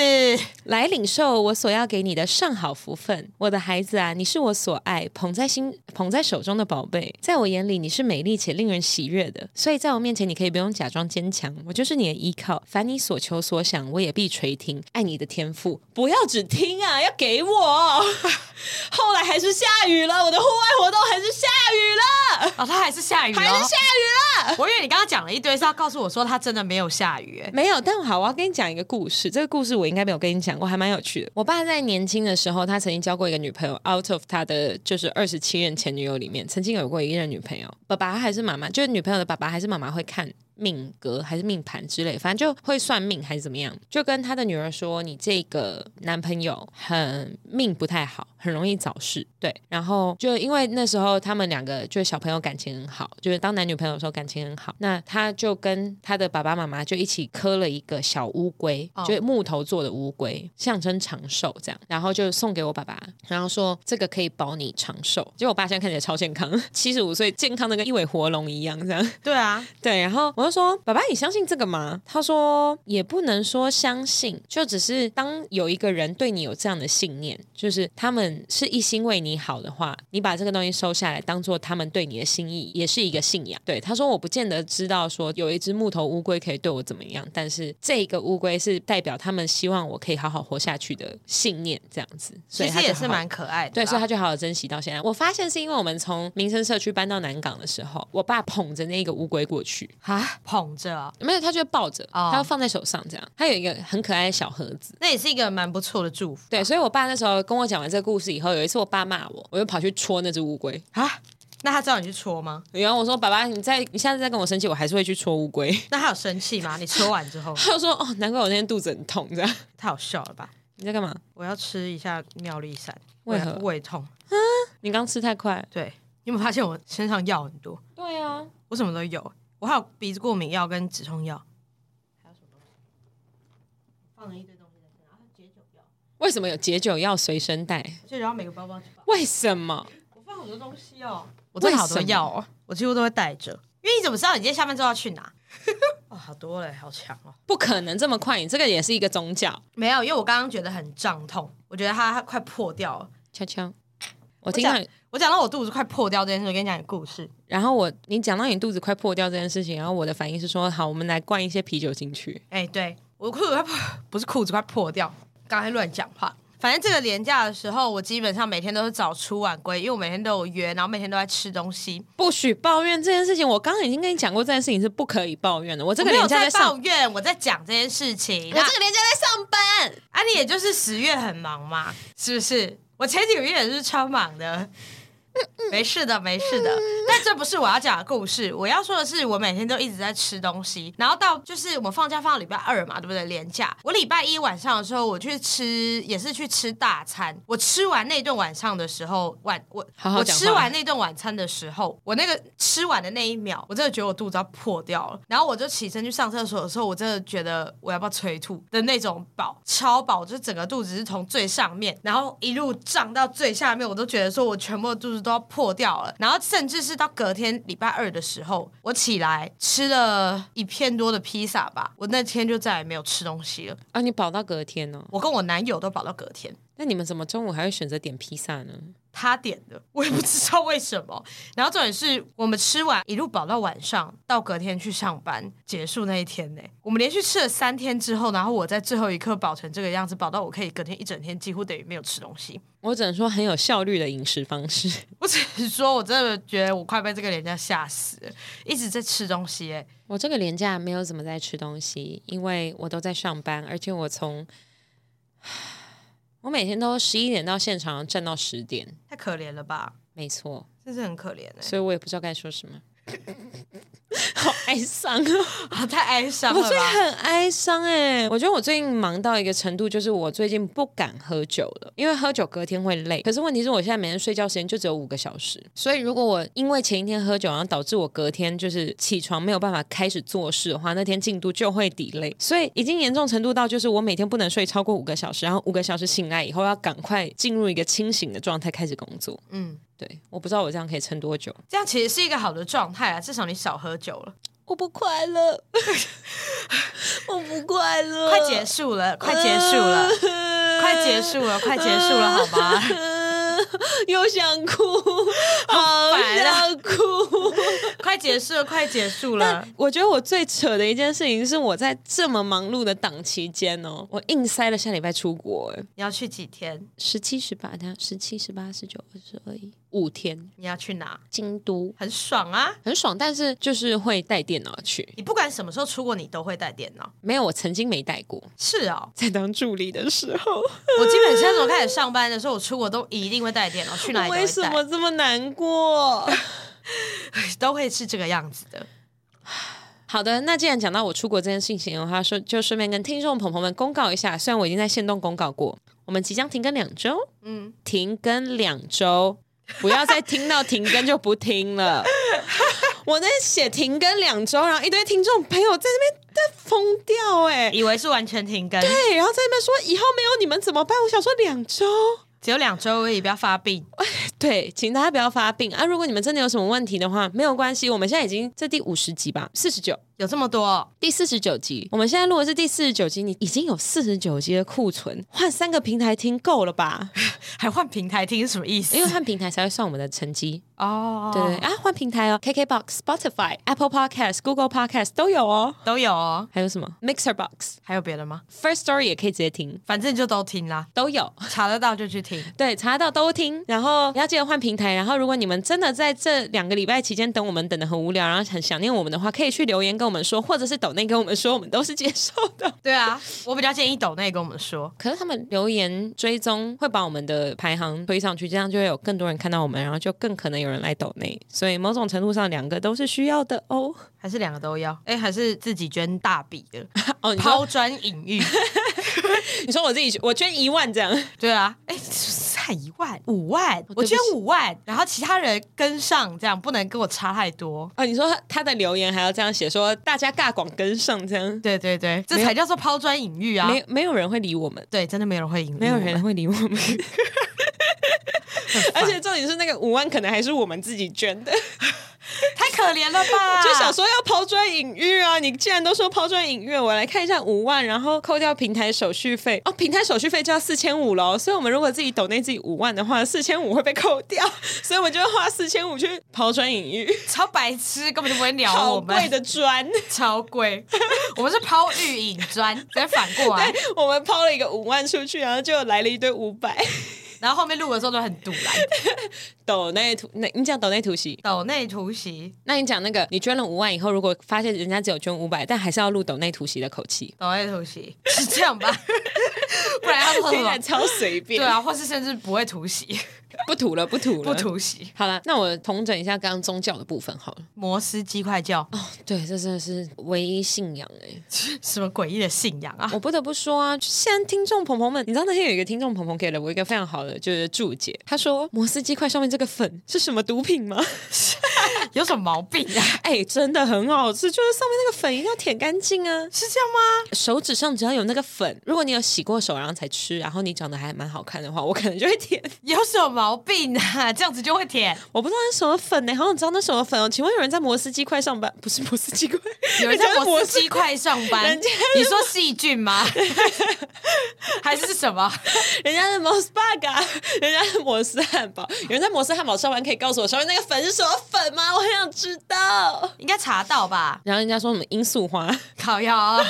Speaker 1: 来领受我所要给你的上好福分，我的孩子啊，你是我所爱、捧在心、捧在手中的宝贝，在我眼里你是美丽且令人喜悦的，所以在我面前你可以不用假装坚强，我就是你的依靠，凡你所求所想，我也必垂听。爱你的天赋，不要只听啊，要给我。 后来还是下雨了，我的户外活动还是下雨了，
Speaker 2: 哦，他还是下雨、哦，
Speaker 1: 还是下雨了。
Speaker 2: 我以为你刚刚讲了一堆是要告诉我说他真的没有下雨、欸，
Speaker 1: 没有，但好，我要跟你讲一个故事。这个故事我应该没有跟你讲过，还蛮有趣的。我爸在年轻的时候，他曾经交过一个女朋友，out of 他的就是二十七任前女友里面，曾经有过一任女朋友，爸爸还是妈妈，就是女朋友的爸爸还是妈妈会看命格还是命盘之类，反正就会算命还是怎么样，就跟他的女儿说：“你这个男朋友很命不太好，很容易早逝。”对，然后就因为那时候他们两个就是小朋友感情很好，就是当男女朋友的时候感情很好，那他就跟他的爸爸妈妈就一起刻了一个小乌龟，
Speaker 2: 哦
Speaker 1: 就是木头做的乌龟，象征长寿这样，然后就送给我爸爸，然后说这个可以保你长寿。结果我爸现在看起来超健康，七十五岁健康的跟一尾活龙一样这样。
Speaker 2: 对啊，
Speaker 1: 对，然后我就说：“爸爸，你相信这个吗？”他说：“也不能说相信，就只是当有一个人对你有这样的信念，就是他们是一心为你好的话，你把这个东西收下来，当做他们对你的心意，也是一个信仰。”对，他说：“我不见得知道说有一只木头乌龟可以对我怎么样，但是这个乌龟是代表他们希望我可以好好活下去的信念，这样子。”所以
Speaker 2: 其
Speaker 1: 他
Speaker 2: 实
Speaker 1: 就
Speaker 2: 也是
Speaker 1: 好
Speaker 2: 蛮可爱的啦。
Speaker 1: 对，所以他就好好珍惜到现在。我发现是因为我们从民生社区搬到南港的时候，我爸捧着那个乌龟过去，
Speaker 2: 啊捧着啊，
Speaker 1: 没有，他就会抱着，
Speaker 2: 哦
Speaker 1: 他要放在手上这样。他有一个很可爱的小盒子。
Speaker 2: 那也是一个蛮不错的祝福
Speaker 1: 对，所以我爸那时候跟我讲完这个故事以后，有一次我爸骂我，我就跑去戳那只乌龟。
Speaker 2: 啊。那他知道你去戳吗？
Speaker 1: 然后我说：“爸爸，你再你下次再跟我生气，我还是会去戳乌龟。
Speaker 2: 那他有生气吗？你戳完之后”，
Speaker 1: 他就说：“哦，难怪我那天肚子很痛。”这样
Speaker 2: 太好笑了吧？
Speaker 1: 你在干嘛？
Speaker 2: 我要吃一下妙丽散，
Speaker 1: 为何
Speaker 2: 我要胃痛？
Speaker 1: 你刚吃太快。
Speaker 2: 对，你有没有发现我身上药很多？
Speaker 1: 对啊，
Speaker 2: 我什么都有，我还有鼻子过敏药跟止痛药，还有什么东西？放了一堆东西在身上，还有解酒药，
Speaker 1: 为什么有解酒药随身带？
Speaker 2: 而且然后每个包包去放，
Speaker 1: 为什么？
Speaker 2: 我放好多东西哦，我真的好多
Speaker 1: 为什么
Speaker 2: 药哦，我几乎都会带着，因为你怎么知道你今天下班之后要去哪？ 哦，好多嘞，好强哦。
Speaker 1: 不可能这么快！你这个也是一个宗教。
Speaker 2: 没有，因为我刚刚觉得很胀痛，我觉得它它快破掉了。
Speaker 1: 悄悄，我
Speaker 2: 我
Speaker 1: 听到
Speaker 2: 讲，我讲到我肚子快破掉这件事，我跟你讲个故事。
Speaker 1: 然后我你讲到你肚子快破掉这件事情，然后我的反应是说：“好，我们来灌一些啤酒进去。”
Speaker 2: 哎、对我裤子快破， 不是裤子快破掉，刚才乱讲话。反正这个廉假的时候，我基本上每天都是早出晚归，因为我每天都有约，然后每天都在吃东西。
Speaker 1: 不许抱怨这件事情，我刚刚已经跟你讲过，这件事情是不可以抱啊怨的。我这
Speaker 2: 我
Speaker 1: 个
Speaker 2: 没有
Speaker 1: 年假
Speaker 2: 在
Speaker 1: 上，
Speaker 2: 抱怨，我在讲这件事情。
Speaker 1: 我
Speaker 2: 那
Speaker 1: 这个年假在上班，
Speaker 2: 啊，你也就是十月很忙嘛，是不是？我前几个月也是超忙
Speaker 1: 嗯
Speaker 2: 的。没事的，没事的。 但这不是我要讲的故事，我要说的是，我每天都一直在吃东西，然后到就是我们放假放到礼拜二嘛，对不对？连假，我礼拜一晚上的时候，我去吃，也是去吃大餐。我吃完那顿晚上的时候，晚我
Speaker 1: 好好
Speaker 2: 我
Speaker 1: 讲话
Speaker 2: 吃完那顿晚餐的时候，我那个吃完的那一秒，我真的觉得我肚子要破掉了。然后我就起身去上厕所的时候，我真的觉得我要不要催吐的那种饱，超饱，就是整个肚子是从最上面，然后一路胀到最下面，我都觉得说我全部的肚子都要破掉了。然后甚至是到隔天礼拜二的时候，我起来吃了一片多的披萨吧，我那天就再也没有吃东西了。
Speaker 1: 啊，你保到隔天哦。
Speaker 2: 我跟我男友都饱到隔天。
Speaker 1: 那你们怎么中午还会选择点披萨呢？
Speaker 2: 他点的， 我也不知道为什么。然后重点是我们吃完一路饱到晚上，到隔天去上班结束那一天呢、我们连续吃了三天之后，然后我在最后一刻饱成这个样子，饱到我可以隔天一整天几乎等于没有吃东西。
Speaker 1: 我只能说很有效率的饮食方式。
Speaker 2: 我只是说，我真的觉得我快被这个人家吓死了，一直在吃东西、欸。
Speaker 1: 我这个年假没有怎么在吃东西，因为我都在上班，而且我从 我每天都十一点到现场站到十点，
Speaker 2: 太可怜了吧，
Speaker 1: 没错，
Speaker 2: 真是很可怜哎、
Speaker 1: 所以我也不知道该说什么。 好哀伤啊！
Speaker 2: 啊，太哀伤
Speaker 1: 我
Speaker 2: 了
Speaker 1: 最近
Speaker 2: 吧。
Speaker 1: 很哀伤哎、我觉得我最近忙到一个程度，就是我最近不敢喝酒了，因为喝酒隔天会累。可是问题是我现在每天睡觉时间就只有五个小时，所以如果我因为前一天喝酒，然后导致我隔天就是起床没有办法开始做事的话，那天进度就会 delay。所以已经严重程度到就是我每天不能睡超过五个小时，然后五个小时醒来以后要赶快进入一个清醒的状态开始工作。
Speaker 2: 嗯，
Speaker 1: 对，我不知道我这样可以撑多久。
Speaker 2: 这样其实是一个好的状态啊，至少你少喝酒了。
Speaker 1: 我不快乐，我不快乐，
Speaker 2: 快结束了，快结束了，快结束了，快结束了，
Speaker 1: 呃
Speaker 2: 好吗？
Speaker 1: 嗯又想哭，好
Speaker 2: 烦啊
Speaker 1: 想哭。
Speaker 2: 快结束了，快结束了。
Speaker 1: 我觉得我最扯的一件事情是，我在这么忙碌的档期间哦，我硬塞了下礼拜出国，欸
Speaker 2: 你要去几天？
Speaker 1: 十七、十八，等下十七、十八、十九、二十二、一五天，
Speaker 2: 你要去哪？
Speaker 1: 京都
Speaker 2: 很爽啊！
Speaker 1: 很爽，但是就是会带电脑去，
Speaker 2: 你不管什么时候出国，你都会带电脑。
Speaker 1: 没有我曾经没带过，
Speaker 2: 是哦，
Speaker 1: 在当助理的时候，
Speaker 2: 我基本上从开始上班的时候，我出国都一定会带 电脑，去哪里都会带
Speaker 1: 为什么这么难过？
Speaker 2: 都会是这个样子的。
Speaker 1: 好的，那既然讲到我出国这件事情的话，说就顺便跟听众朋友们公告一下，虽然我已经在线动公告过，我们即将停更两周，
Speaker 2: 嗯，
Speaker 1: 停更两周，不要再听到停更就不听了。 我在写停更两周，然后一堆听众朋友在那边在疯掉哎、
Speaker 2: 以为是完全停更，
Speaker 1: 对，然后在那边说以后没有你们怎么办？我想说两周，
Speaker 2: 只有两周而已，不要发病。
Speaker 1: 对，请大家不要发病啊！如果你们真的有什么问题的话，没有关系，我们现在已经这第五十集吧，四十九，
Speaker 2: 有这么多哦，
Speaker 1: 第四十九集，我们现在录的是第四十九集，你已经有四十九集的库存，换三个平台听够了吧？
Speaker 2: 还换平台听是什么意思
Speaker 1: 因？为换平台才会算我们的成绩。
Speaker 2: 哦，
Speaker 1: 对哎对对啊，换平台哦，KKBox、Spotify、Apple Podcast、Google Podcast 都有哦。
Speaker 2: 都有哦。
Speaker 1: 还有什么 Mixer Box、
Speaker 2: 还有别的吗？
Speaker 1: First Story 也可以直接听，
Speaker 2: 反正就都听啦，
Speaker 1: 都有。
Speaker 2: 查得到就去听。
Speaker 1: 对，查得到都听，然后要记得换平台。然后，如果你们真的在这两个礼拜期间等我们等的很无聊，然后很想念我们的话，可以去留言跟我们说，或者是抖内跟我们说，我们都是接受的。
Speaker 2: 对啊，我比较建议抖内跟我们说，
Speaker 1: 可是他们留言追踪会把我们的排行推上去，这样就会有更多人看到我们，然后就更可能有人来抖内。所以某种程度上，两个都是需要的哦。
Speaker 2: 还是两个都要？哎，还是自己捐大笔的，
Speaker 1: 哦，你说
Speaker 2: 抛砖引 玉。
Speaker 1: 你说我自己我捐一万这样，
Speaker 2: 对啊，哎，才一万、五万，我
Speaker 1: 哦对不起
Speaker 2: 捐五万，然后其他人跟上，这样不能跟我差太多。
Speaker 1: 哦，你说他的留言还要这样写说大家尬广跟上这样，
Speaker 2: 对对对，这才叫做抛砖引玉啊！
Speaker 1: 没没有人会理我们。
Speaker 2: 对，真的没有人会引，
Speaker 1: 没有 人，会理我们。嗯而且重点是那个五万可能还是我们自己捐的，
Speaker 2: 太可怜了吧？
Speaker 1: 就想说要抛砖引玉啊！你既然都说抛砖引玉，我来看一下五万，然后扣掉平台手续费哦，平台手续费就要四千五喽。所以我们如果自己抖内自己五万的话，四千五会被扣掉，所以我就要花四千五去抛砖引玉，
Speaker 2: 超白痴，根本就不会鸟
Speaker 1: 好
Speaker 2: 我
Speaker 1: 贵
Speaker 2: 们，
Speaker 1: 的砖。
Speaker 2: 超贵。 我们是抛玉引砖，直接反过来，
Speaker 1: 我们抛了一个五万出去，然后就来了一堆五百。
Speaker 2: 然后后面录的时候都很堵然，
Speaker 1: 抖内图，那你讲抖内图息，
Speaker 2: 抖内突袭，
Speaker 1: 那你讲那个，你捐了五万以后，如果发现人家只有捐五百，但还是要录抖内突袭的口 气，
Speaker 2: 抖内突袭是这样吧？ 不然要
Speaker 1: 听
Speaker 2: 说什
Speaker 1: 起来
Speaker 2: 么？
Speaker 1: 超随便。
Speaker 2: 对，啊，或是甚至不会突袭，
Speaker 1: 不吐了，不吐了，
Speaker 2: 不。突袭，
Speaker 1: 好了，那我统整一下刚刚宗教的部分好了。
Speaker 2: 摩斯鸡块叫，
Speaker 1: 对，这真的是唯一信仰哎、
Speaker 2: 什么诡异的信仰啊？
Speaker 1: 我不得不说啊，现在听众朋友们，你知道那天有一个听众朋友给了我一个非常好的就是注解，他说摩斯鸡块上面这个粉是什么毒品吗？
Speaker 2: 有什么毛病 啊？
Speaker 1: 哎、真的很好吃，就是上面那个粉一定要舔干净啊。
Speaker 2: 是这样吗？
Speaker 1: 手指上只要有那个粉，如果你有洗过手然后才吃，然后你长得还蛮好看的话，我可能就会舔。
Speaker 2: 有什么毛病啊？ 这样子就 会舔，
Speaker 1: 我不知道那是什么粉呢、好想知道那什么粉哦。请问有人在摩斯鸡块上班？不是摩斯鸡块，
Speaker 2: 有人在摩
Speaker 1: 摩
Speaker 2: 斯鸡块上班
Speaker 1: 人家，
Speaker 2: 你说细菌吗？ 还是什么？
Speaker 1: 人家是摩斯 bug，啊人家是摩斯汉堡。啊有人在摩斯汉堡上班，可以告诉我上面那个粉是什么粉吗？我很想知道。
Speaker 2: 应该查到吧？
Speaker 1: 然后人家说什么罂粟花，
Speaker 2: 烤腰啊，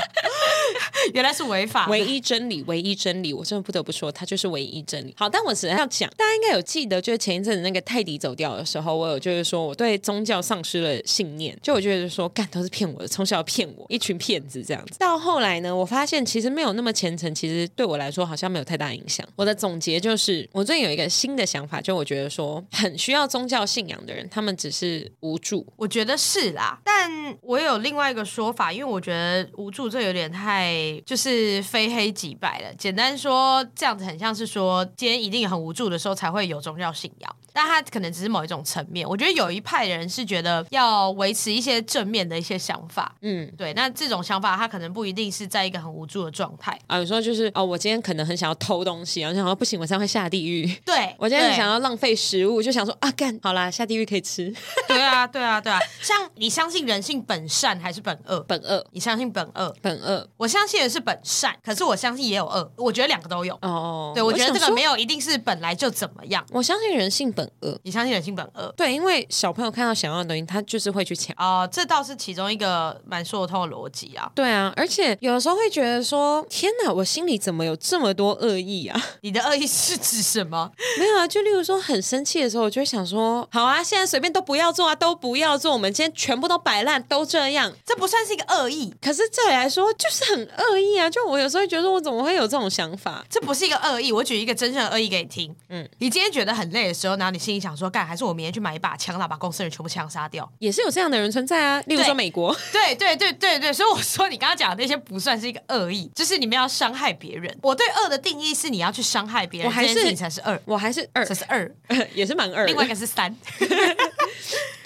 Speaker 2: 原来是违法的。
Speaker 1: 唯一真理，唯一真理，我真的不得不说，它就是唯一真理。好，但我只是要讲，大家应该有记得，就是前一阵子那个泰迪走掉的时候，我有就是说我对宗教丧失了信念，就我觉得说干都是骗我的，从小骗我，一群骗子这样子。到后来呢，我发现其实没有那么虔诚，其实对我来说好像没有太大影响。我的总结就是，我最近有一个新的想法，就我觉得说很需要宗教信仰的人，他们只是无助，
Speaker 2: 我觉得是啦，但我有另外一个说法，因为我觉得无助这有点太就是非黑即白了。简单说，这样子很像是说，今天一定很无助的时候才会有宗教信仰。但他可能只是某一种层面。我觉得有一派的人是觉得要维持一些正面的一些想法，
Speaker 1: 嗯。
Speaker 2: 对，那这种想法他可能不一定是在一个很无助的状态。
Speaker 1: 啊，有时候就是哦，我今天可能很想要偷东西，然后就想说不行，我这样会下地狱。
Speaker 2: 对，
Speaker 1: 我今天很
Speaker 2: 对
Speaker 1: 想要浪费食物，就想说啊，干好啦，下地狱可以吃
Speaker 2: 对啊，对啊，对啊。像你相信人性本善还是本恶？
Speaker 1: 本恶，
Speaker 2: 你相信本恶，
Speaker 1: 本恶
Speaker 2: 我相信的是本善，可是我相信也有恶，我觉得两个都有。
Speaker 1: 哦。
Speaker 2: 对，我觉得
Speaker 1: 想
Speaker 2: 这个
Speaker 1: 说
Speaker 2: 没有一定是本来就怎么样。
Speaker 1: 我相信人性本恶。
Speaker 2: 你相信人性本恶
Speaker 1: 对，因为小朋友看到想要的东西，他就是会去抢。
Speaker 2: 啊、这倒是其中一个蛮说得通的逻辑啊。
Speaker 1: 对啊，而且有的时候会觉得说，天哪，我心里怎么有这么多恶意啊？
Speaker 2: 你的恶意是指什么？
Speaker 1: 没有啊，就例如说很生气的时候，我就会想说，好啊，现在随便都不要做啊，都不要做，我们今天全部都摆烂，都这样。
Speaker 2: 这不算是一个恶意，
Speaker 1: 可是这里来说，就是很恶意啊！就我有时候会觉得，我怎么会有这种想法？
Speaker 2: 这不是一个恶意。我举一个真正的恶意给你听。
Speaker 1: 嗯
Speaker 2: 嗯，你今天觉得很累的时候，然后你心里想说，干，还是我明天去买一把枪，然后把公司的人全部枪杀掉。
Speaker 1: 也是有这样的人存在啊，例如说
Speaker 2: 对
Speaker 1: 美国，
Speaker 2: 对对对对对，所以我说你刚刚讲的那些不算是一个恶意， 就是你们要伤害别人。我对恶的定义是你要去伤害别人，
Speaker 1: 我还是
Speaker 2: 这件事情才是恶，
Speaker 1: 我还是二
Speaker 2: 这，是二，
Speaker 1: 也是蛮二的。
Speaker 2: 另外一个是 三。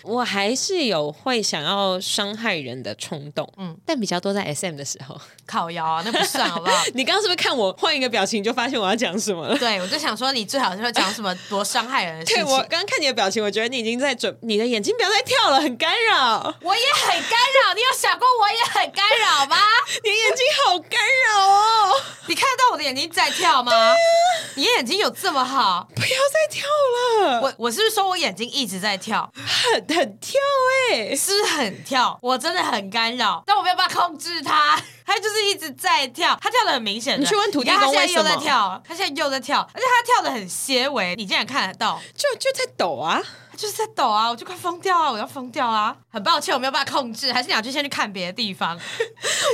Speaker 1: 我还是有会想要伤害人的冲动，嗯
Speaker 2: 嗯，
Speaker 1: 但比较多在 S M 的时候。？
Speaker 2: 烤窑啊，那不算好不好
Speaker 1: 你刚刚是不是看我换一个表情就发现我要讲什么了？
Speaker 2: 对，我就想说，你最好是会讲什么多伤害人的事
Speaker 1: 对
Speaker 2: 情。
Speaker 1: 我刚刚看你的表情，我觉得你已经在准，你的眼睛不要再跳了，很干 扰，
Speaker 2: 我也很干扰，你有想过我也很干扰吗？
Speaker 1: 你的眼睛好干扰哦，
Speaker 2: 你看得到我的眼睛在跳吗？你眼睛有这么好？
Speaker 1: 不要再跳了，我
Speaker 2: 我我是不是说我眼睛一直在跳？
Speaker 1: 很很跳哎、
Speaker 2: 是不是很跳？我真的很干扰，但我没有办法控制 它，它就是一直在跳，它跳的很明显的。
Speaker 1: 你去问土地公
Speaker 2: 你看它现
Speaker 1: 为
Speaker 2: 在
Speaker 1: 什
Speaker 2: 又
Speaker 1: 么
Speaker 2: 在跳，它现在又在跳，而且它跳的很些微，你竟然看得到，
Speaker 1: 就就在抖啊，
Speaker 2: 它就是在抖啊，我就快疯掉啊，我要疯掉啊！很抱歉，我没有办法控制，还是你要去先去看别的地方，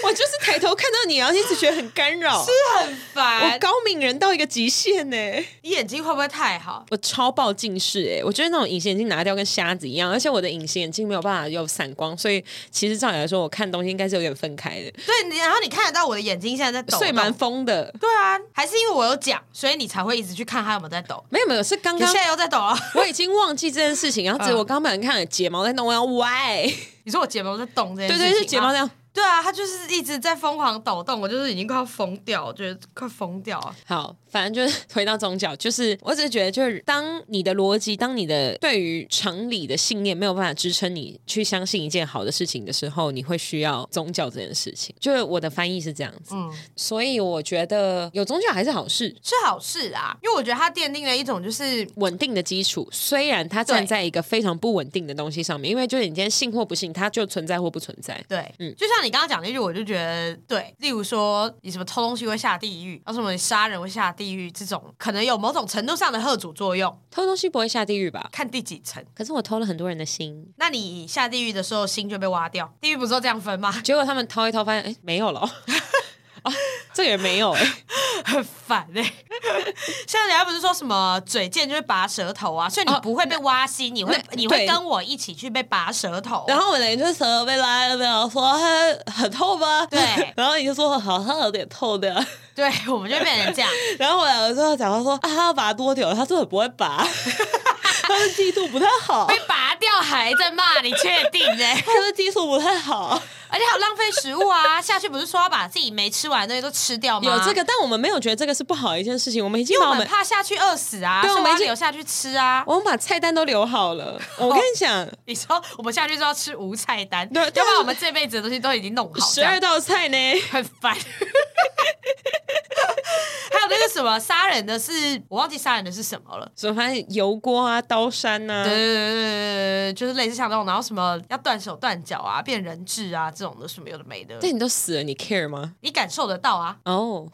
Speaker 1: 我就是抬头看到你，然后一直觉得很干 扰，
Speaker 2: 是很
Speaker 1: 我
Speaker 2: 烦。
Speaker 1: 高敏人到一个极限欸呢、
Speaker 2: 你眼睛会不会太好？
Speaker 1: 我超爆近视哎、我觉得那种隐形眼镜拿掉跟瞎子一样，而且我的隐形眼镜没有办法有散光，所以其实照理来说，我看东西应该是有点分开的，
Speaker 2: 对，你然后你看得到我的眼睛现在在抖动，
Speaker 1: 所以蛮疯的。
Speaker 2: 对啊，还是因为我有讲，所以你才会一直去看它有没有在抖。
Speaker 1: 没有没有，是刚
Speaker 2: 你
Speaker 1: 刚
Speaker 2: 现在又在抖了，
Speaker 1: 我已经忘记这件事情，然后只是
Speaker 2: 嗯
Speaker 1: 我刚刚不小心看了睫毛在弄，我要歪，
Speaker 2: 你说我睫毛在动这
Speaker 1: 对
Speaker 2: 件事情吗，
Speaker 1: 对，是睫毛这样。
Speaker 2: 对啊，他就是一直在疯狂抖动，我就是已经快要疯掉，我觉得快疯掉啊！
Speaker 1: 好，反正就是回到宗教，就是我只是觉得，就是当你的逻辑，当你的对于常理的信念没有办法支撑你去相信一件好的事情的时候，你会需要宗教这件事情。就是我的翻译是这样子，
Speaker 2: 嗯，
Speaker 1: 所以我觉得有宗教还是好事。
Speaker 2: 是好事啊，因为我觉得它奠定了一种就是
Speaker 1: 稳定的基础，虽然它站在一个非常不稳定的东西上面，因为就是你今天信或不信，它就存在或不存在。
Speaker 2: 对，
Speaker 1: 嗯
Speaker 2: 嗯，就像你刚刚讲那句，我就觉得对，例如说你什么偷东西会下地狱，啊然后什么你杀人会下地狱，这种可能有某种程度上的贺主作用，
Speaker 1: 偷东西不会下地狱吧？
Speaker 2: 看第几层。
Speaker 1: 可是我偷了很多人的心，
Speaker 2: 那你下地狱的时候，心就被挖掉。地狱不是都这样分吗？
Speaker 1: 结果他们掏一掏，发现哎、诶没有了 哦。啊，这个也没有哎、诶
Speaker 2: 很烦哎、像人家不是说什么嘴贱就会拔舌头啊，所以你
Speaker 1: 哦
Speaker 2: 不会被挖心，你会
Speaker 1: 那
Speaker 2: 你会
Speaker 1: 对
Speaker 2: 跟我一起去被拔舌头。
Speaker 1: 然后我的就舌被拉了，然后说很很痛吗？
Speaker 2: 对
Speaker 1: 然后你就说好像有点痛的，
Speaker 2: 对，我们就变成这样。
Speaker 1: 然后我两个就讲到说啊，他要拔多久？他说很不会拔， 他的力度不太 好，
Speaker 2: 被拔掉还在骂你，确定哎、
Speaker 1: 他的技术不太好。
Speaker 2: 而且还有浪费食物啊！下去不是说要把自己没吃完的东西都吃掉 吗？
Speaker 1: 有 这，个，但我们没有觉得这个是不好的一件事情，我们已经
Speaker 2: 因为
Speaker 1: 把
Speaker 2: 我
Speaker 1: 我们。
Speaker 2: 们怕下去饿死啊，
Speaker 1: 对
Speaker 2: 所以
Speaker 1: 我
Speaker 2: 我
Speaker 1: 们
Speaker 2: 们
Speaker 1: 已经
Speaker 2: 留下去吃啊。
Speaker 1: 我们把菜单都留好了， 我跟你讲，
Speaker 2: 你说我们下去就要吃无菜单，
Speaker 1: 对啊
Speaker 2: 要不然我们这辈子的东西都已经弄好，
Speaker 1: 十二道菜呢，
Speaker 2: 很烦。 还有那个什么杀人的是，我忘记杀人的是什么了。
Speaker 1: 什么反正油锅啊、刀山呐、
Speaker 2: 对
Speaker 1: 啊，
Speaker 2: 对对对对，就是类似像那种，然后什么要断手断脚啊，变人质啊，这种的什么有的没的，
Speaker 1: 但你都死了，你 care 吗？
Speaker 2: 你感受得到啊。
Speaker 1: 哦、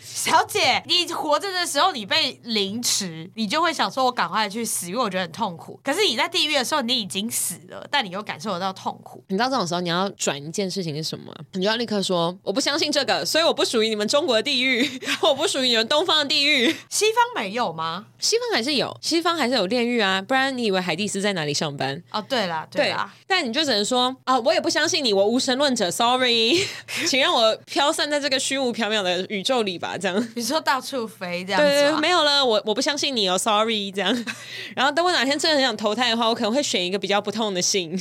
Speaker 2: 小姐，你活着的时候你被凌迟，你就会想说，我赶快去死，因为我觉得很痛苦。可是你在地狱的时候，你已经死了，但你又感受得到痛苦。
Speaker 1: 你知道这种时候你要转一件事情是什么吗？你就要立刻说我不相信这个，所以我不属于你们中国地狱，我不不属于你们东方的地狱。
Speaker 2: 西方没有吗？
Speaker 1: 西方还是有，西方还是有炼狱啊，不然你以为海蒂斯在哪里上班？
Speaker 2: 哦，对啦，
Speaker 1: 对
Speaker 2: 啦，，
Speaker 1: 但你就只能说啊，我也不相信你，我无神论者，sorry，请 让我飘散在这个虚无缥缈的宇宙里吧，这样。
Speaker 2: 你说到处飞这样
Speaker 1: 对对，
Speaker 2: 子啊
Speaker 1: 对
Speaker 2: 吗
Speaker 1: 没有了，我我不相信你哦，sorry，这样。 然后等我哪天真的很想投胎的话，我可能会选一个比较不痛的姓，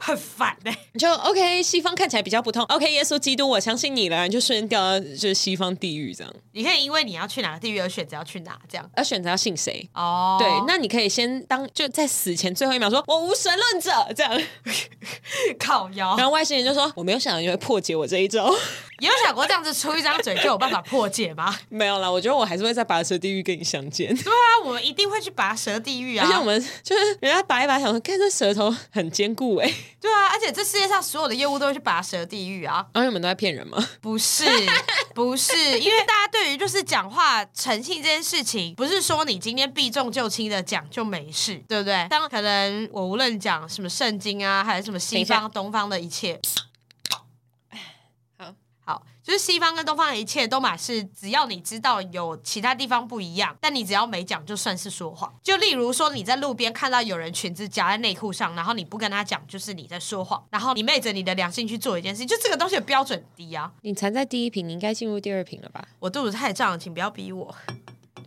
Speaker 2: 很烦哎、
Speaker 1: 就 OK，西方看起来比较不痛，OK，耶稣基督，我相信你了，你就瞬间掉到就是西方地狱这样。
Speaker 2: 你可以因为你要去哪个地狱而选择要去哪这样。
Speaker 1: 而选择要信谁？
Speaker 2: 哦，
Speaker 1: 对，那你可以先当就在死前最后一秒说“我无神论者”这样，
Speaker 2: 靠腰
Speaker 1: 然，后外星人就说“我没有想到你会破解我这一招”，
Speaker 2: 你有想过这样子出一张嘴就有办法破解 吗？
Speaker 1: 没有啦，我觉得我还是会在拔舌地狱跟你相见。
Speaker 2: 对啊，我们一定会去拔舌地狱啊
Speaker 1: 而且！我们 就是人家拔一拔，想说，看这舌头很坚固哎、
Speaker 2: 对啊，而且这世界上所有的业务都会去拔舌地狱啊！
Speaker 1: 然后你们都在骗人吗？
Speaker 2: 不是， 不是，因为大家对于就是讲话诚信这件事情，不是说你今天避重就轻的讲就没事，对不对？当可能我无论讲什么圣经啊，还是什么
Speaker 1: 等
Speaker 2: 西方、 东方的一切，
Speaker 1: 好
Speaker 2: 好，就是西方跟东方的一切都嘛是，只要你知道有其他地方不一样，但你只要没讲，就算是说谎。就例如说你在路边看到有人裙子夹在内裤上，然后你不跟他讲，就是你在说谎，然后你昧着你的良心去做一件事，就这个东西的标准低啊。
Speaker 1: 你才在第一瓶，你应该进入第二瓶了吧？
Speaker 2: 我肚子太胀了，请不要逼我。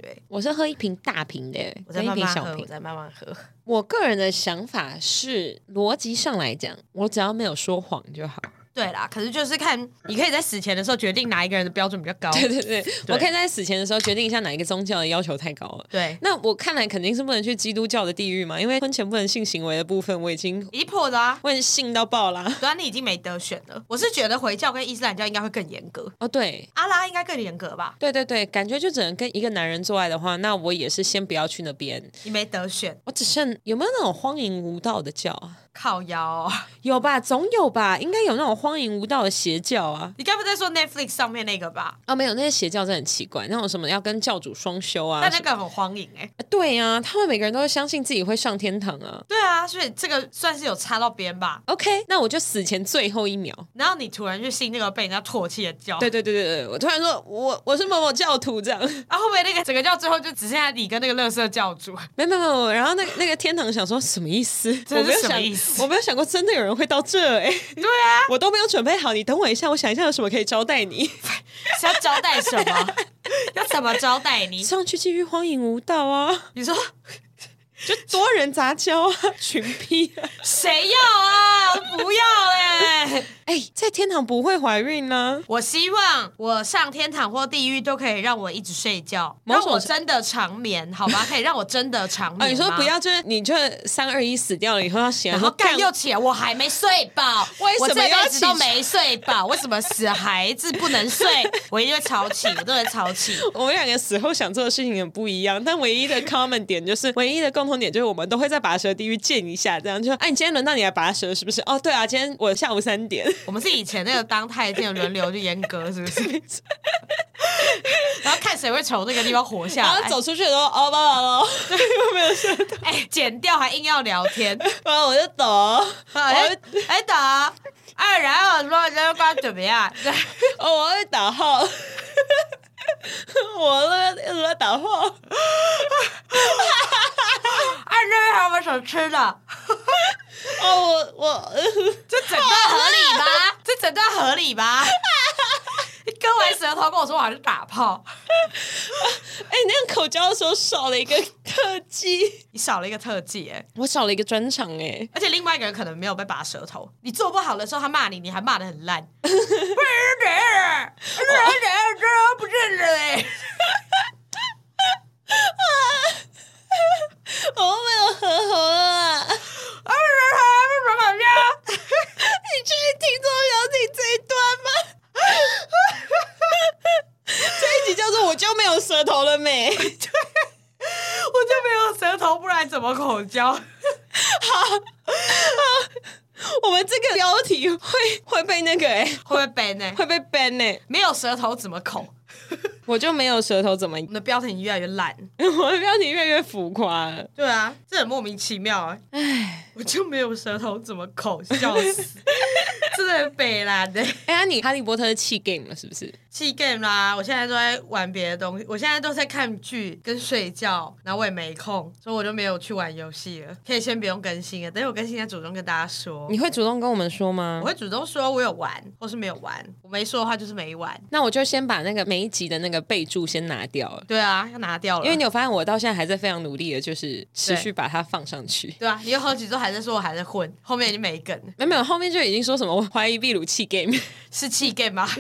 Speaker 2: 对，
Speaker 1: 我是喝一瓶大瓶的、
Speaker 2: 我再
Speaker 1: 跟一
Speaker 2: 慢
Speaker 1: 瓶
Speaker 2: 慢
Speaker 1: 小
Speaker 2: 喝，我
Speaker 1: 瓶。
Speaker 2: 再慢慢喝。
Speaker 1: 我个人的想法是，逻辑上来讲，我只要没有说谎就好。
Speaker 2: 对啦，可是就是看你可以在死前的时候决定哪一个人的标准比较高。
Speaker 1: 对对对，我可以在死前的时候决定一下哪一个宗教的要求太高了。
Speaker 2: 对，
Speaker 1: 那我看来肯定是不能去基督教的地狱嘛，因为婚前不能性行为的部分我已经
Speaker 2: 已经破的啊。
Speaker 1: 我已经信到爆啦。
Speaker 2: 对啊，你已经没得选了。我是觉得回教跟伊斯兰教应该会更严格，
Speaker 1: 哦，对，
Speaker 2: 阿拉应该更严格吧？
Speaker 1: 对对对，感觉就只能跟一个男人做爱的话，那我也是先不要去那边。
Speaker 2: 你没得选，
Speaker 1: 我只剩有没有那种荒淫无道的教啊？
Speaker 2: 靠腰哦、
Speaker 1: 有吧，总有吧，应该有那种荒淫无道的邪教啊。
Speaker 2: 你该不在说 Netflix 上面那个吧？
Speaker 1: 啊，没有，那些邪教真的很奇怪，那种什么要跟教主双修啊
Speaker 2: 但
Speaker 1: 什
Speaker 2: 那
Speaker 1: 么，
Speaker 2: 个很荒淫哎、
Speaker 1: 啊对啊，他们每个人都会相信自己会上天堂啊。
Speaker 2: 对啊，所以这个算是有插到边吧。
Speaker 1: OK，那我就死前最后一秒。
Speaker 2: 然后你突然去信那个被人家唾弃的教，
Speaker 1: 对对对对对，我突然说我我是某某教徒这样，
Speaker 2: 然啊后后面那个整个教最后就只剩下你跟那个乐色教主。
Speaker 1: 没没没有，然后那个那个天堂想说什么意思？
Speaker 2: 这
Speaker 1: 我没有
Speaker 2: 是什么
Speaker 1: 想
Speaker 2: 意，思
Speaker 1: 我没有想过真的有人会到这哎、
Speaker 2: 对啊，
Speaker 1: 我都没有准备好，你等我一下，我想一下有什么可以招待你。
Speaker 2: 是要招待什么？ 要怎么招待 你？
Speaker 1: 上去继续荒淫无道 啊，
Speaker 2: 你说
Speaker 1: 就多人杂交啊，群批啊。
Speaker 2: 谁要啊？不要嘞！
Speaker 1: 哎、在天堂不会怀孕啊呢、
Speaker 2: 我希望我上天堂或地狱都可以让我一直睡觉，
Speaker 1: 某
Speaker 2: 让
Speaker 1: 种
Speaker 2: 我真的长眠，好吧？可以让我真的长眠、
Speaker 1: 啊，你说不，要，就是你就三二一死掉了以后要醒来
Speaker 2: 然
Speaker 1: 说
Speaker 2: 后
Speaker 1: 干
Speaker 2: 干又起来，我还没睡饱，
Speaker 1: 为什么
Speaker 2: 我这
Speaker 1: 要
Speaker 2: 辈
Speaker 1: 起
Speaker 2: 子都没睡饱？为什么死孩子不能睡？ 我一定会吵起，我都会吵起。
Speaker 1: 我们两个死后想做的事情很不一样，但唯一 的 common 点就是，唯一的共同点就是我们都会在拔舌地狱见一下，这样就，哎、你今天轮到你来拔舌是不是？哦，对啊，今天我下午三 点，
Speaker 2: 我们是以前那个当太监轮流去阉割，是不是？然后看谁会从那个地方活
Speaker 1: 然
Speaker 2: 下来
Speaker 1: 后。走出去的时候，哦，爸爸 喽，又没有舌头，
Speaker 2: 哎、剪掉还硬要聊天，
Speaker 1: 然后我就哦走，
Speaker 2: 哎
Speaker 1: 我
Speaker 2: 哎等，哎然后说这关怎么样？对
Speaker 1: 哦，我会打号， 我呢一直在打号，
Speaker 2: 哎这边还有没有想吃的？
Speaker 1: 哦，我 我，
Speaker 2: 这整段合理吗？这整段合理吗？你割完舌头跟我说我还是打炮，
Speaker 1: 哎、那样口交的时候少了一个特技，
Speaker 2: 你少了一个特技哎、
Speaker 1: 我少了一个专场哎、
Speaker 2: 而且另外一个人可能没有被拔舌头，你做不好的时候他骂你，你还骂的很烂，不是这样，这样这样这样不认识嘞。
Speaker 1: 我又哦没有合喉了啦，你
Speaker 2: 啊，不是他不是搞笑。
Speaker 1: 继续听众有你这一段吗？ 这一集叫做我就没有舌头了没？
Speaker 2: 我就没有舌头，不然怎么口交？
Speaker 1: 我们这个标题会会被那个哎、
Speaker 2: 会不会 ban 呢、
Speaker 1: 会被 ban 哎、
Speaker 2: 没有舌头怎么口？
Speaker 1: 我就没有舌头怎么？
Speaker 2: 我们的标题越来越烂。
Speaker 1: 我的标题越来越浮夸了。
Speaker 2: 对啊， 这很莫名其妙啊！唉，我就没有舌头怎么口，笑死！真的很北蓝的。
Speaker 1: 哎、呀，你哈利波特是弃 game 了是不是？
Speaker 2: 弃 game 啦，我现在都在玩别的东西，我现在都在看剧跟睡觉，然后我也没空，所以我就没有去玩游戏了。可以先不用更新了，等我更新再主动跟大家说。
Speaker 1: 你会主动跟我们说吗
Speaker 2: 我？会主动说我有玩或是没有玩，我没说的话就是没玩。
Speaker 1: 那我就先把那个每一集的那个备注先拿掉了，
Speaker 2: 对啊，要拿掉了，
Speaker 1: 因为你有发现我到现在还在非常努力的，就是持续把它放上去。
Speaker 2: 对啊，你有好几周还在说我还在混，后面已经没梗了，
Speaker 1: 没有没有，后面就已经说什么我怀疑秘鲁弃 game
Speaker 2: 是弃 game 吗？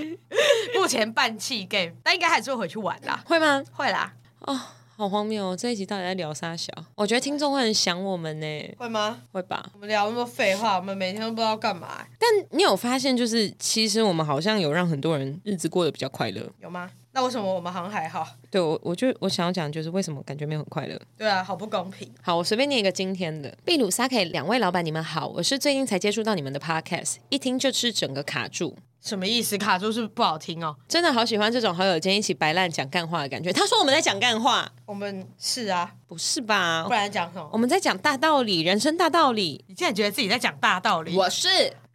Speaker 2: 目前半弃 game，但应该还是会回去玩啦。
Speaker 1: 会吗？
Speaker 2: 会啦，
Speaker 1: 哦，好荒谬哦！这一集到底在聊啥小？我觉得听众会很想我们呢，
Speaker 2: 会吗？
Speaker 1: 会吧？
Speaker 2: 我们聊那么废话，我们每天都不知道干嘛、
Speaker 1: 但你有发现，就是其实我们好像有让很多人日子过得比较快乐。
Speaker 2: 有吗？那为什么我们好像还好？
Speaker 1: 对我，我就我想要讲，就是为什么感觉没有很快乐。
Speaker 2: 对啊，好不公平。
Speaker 1: 好，我随便念一个今天的。秘鲁、萨 K 两位老板，你们好，我是最近才接触到你们的 podcast，一听就是整个卡住。
Speaker 2: 什么意思？卡住是不是不好听哦。
Speaker 1: 真的好喜欢这种好友间一起白烂讲干话的感觉。他说我们在讲干话，
Speaker 2: 我们是啊，
Speaker 1: 不是吧
Speaker 2: 不？然讲什么
Speaker 1: 我？们在讲大道理，人生大道理。
Speaker 2: 你竟然觉得自己在讲大道理？
Speaker 1: 我是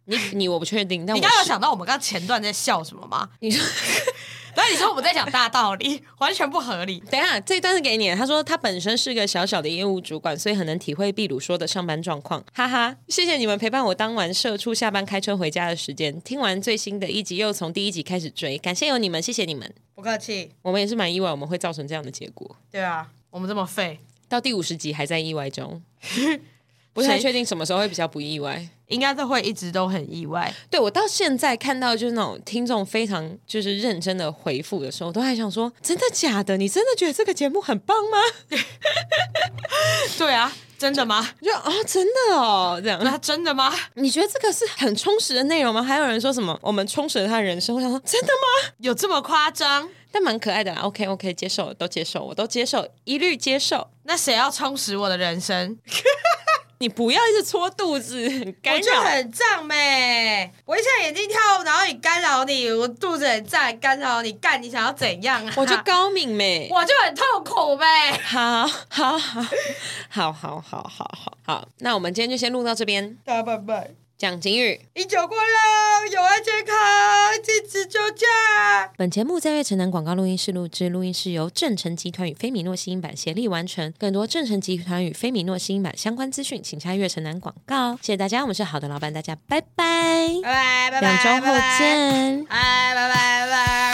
Speaker 1: 你，你我不确定，但
Speaker 2: 你
Speaker 1: 我
Speaker 2: 刚刚有
Speaker 1: 是
Speaker 2: 想到我们刚前段在笑什么吗？
Speaker 1: 你说。
Speaker 2: 然后你说我们在讲大道理， 完全不合理。
Speaker 1: 等一下，这一段是给你的。他说他本身是个小小的业务主管，所以很能体会秘鲁说的上班状况。哈哈，谢谢你们陪伴我当晚社畜下班开车回家的时间。听完最新的一集，又从第一集开始追，感谢有你们，谢谢你们。
Speaker 2: 不客气。
Speaker 1: 我们也是蛮意外，我们会造成这样的结果。
Speaker 2: 对啊，我们这么废，
Speaker 1: 到第五十集还在意外 中，不太
Speaker 2: 谁
Speaker 1: 确定什么时候会比较不意外。
Speaker 2: 应该都会一直都很意外。
Speaker 1: 对我到现在看到就是那种听众非常就是认真的回复的时候，我都还想说：真的假的？你真的觉得这个节目很棒吗？
Speaker 2: 对啊，真的吗？
Speaker 1: 我就啊、真的哦，这样。
Speaker 2: 那真的吗？
Speaker 1: 你觉得这个是很充实的内容吗？还有人说什么我们充实了他的人生，我想说真的吗？
Speaker 2: 有这么夸张？
Speaker 1: 但蛮可爱的啦。OK OK，接受都接受，我都接受，一律接受。
Speaker 2: 那谁要充实我的人生？
Speaker 1: 你不要一直搓肚子，很干
Speaker 2: 我就
Speaker 1: 扰。
Speaker 2: 很胀呗，我一下眼睛跳，然后你干扰你，我肚子很胀，干扰你干，你想要怎样啊？
Speaker 1: 我就高敏妹，
Speaker 2: 我就很痛苦呗。
Speaker 1: 好好好好好好好好好，那我们今天就先录到这边。
Speaker 2: 大拜拜，
Speaker 1: 讲警语，
Speaker 2: 饮酒过量，有爱健康，禁止酒驾。
Speaker 1: 本节目在月城南广告录音室录制，录音室由正成集团与菲米诺吸音版协力完成。更多正成集团与菲米诺吸音版相关资讯，请查月城南广告。谢谢大家，我们是好的老板，大家拜拜，
Speaker 2: 拜拜，拜拜，
Speaker 1: 两周后
Speaker 2: 拜拜。
Speaker 1: 见。
Speaker 2: 哎，拜拜拜拜。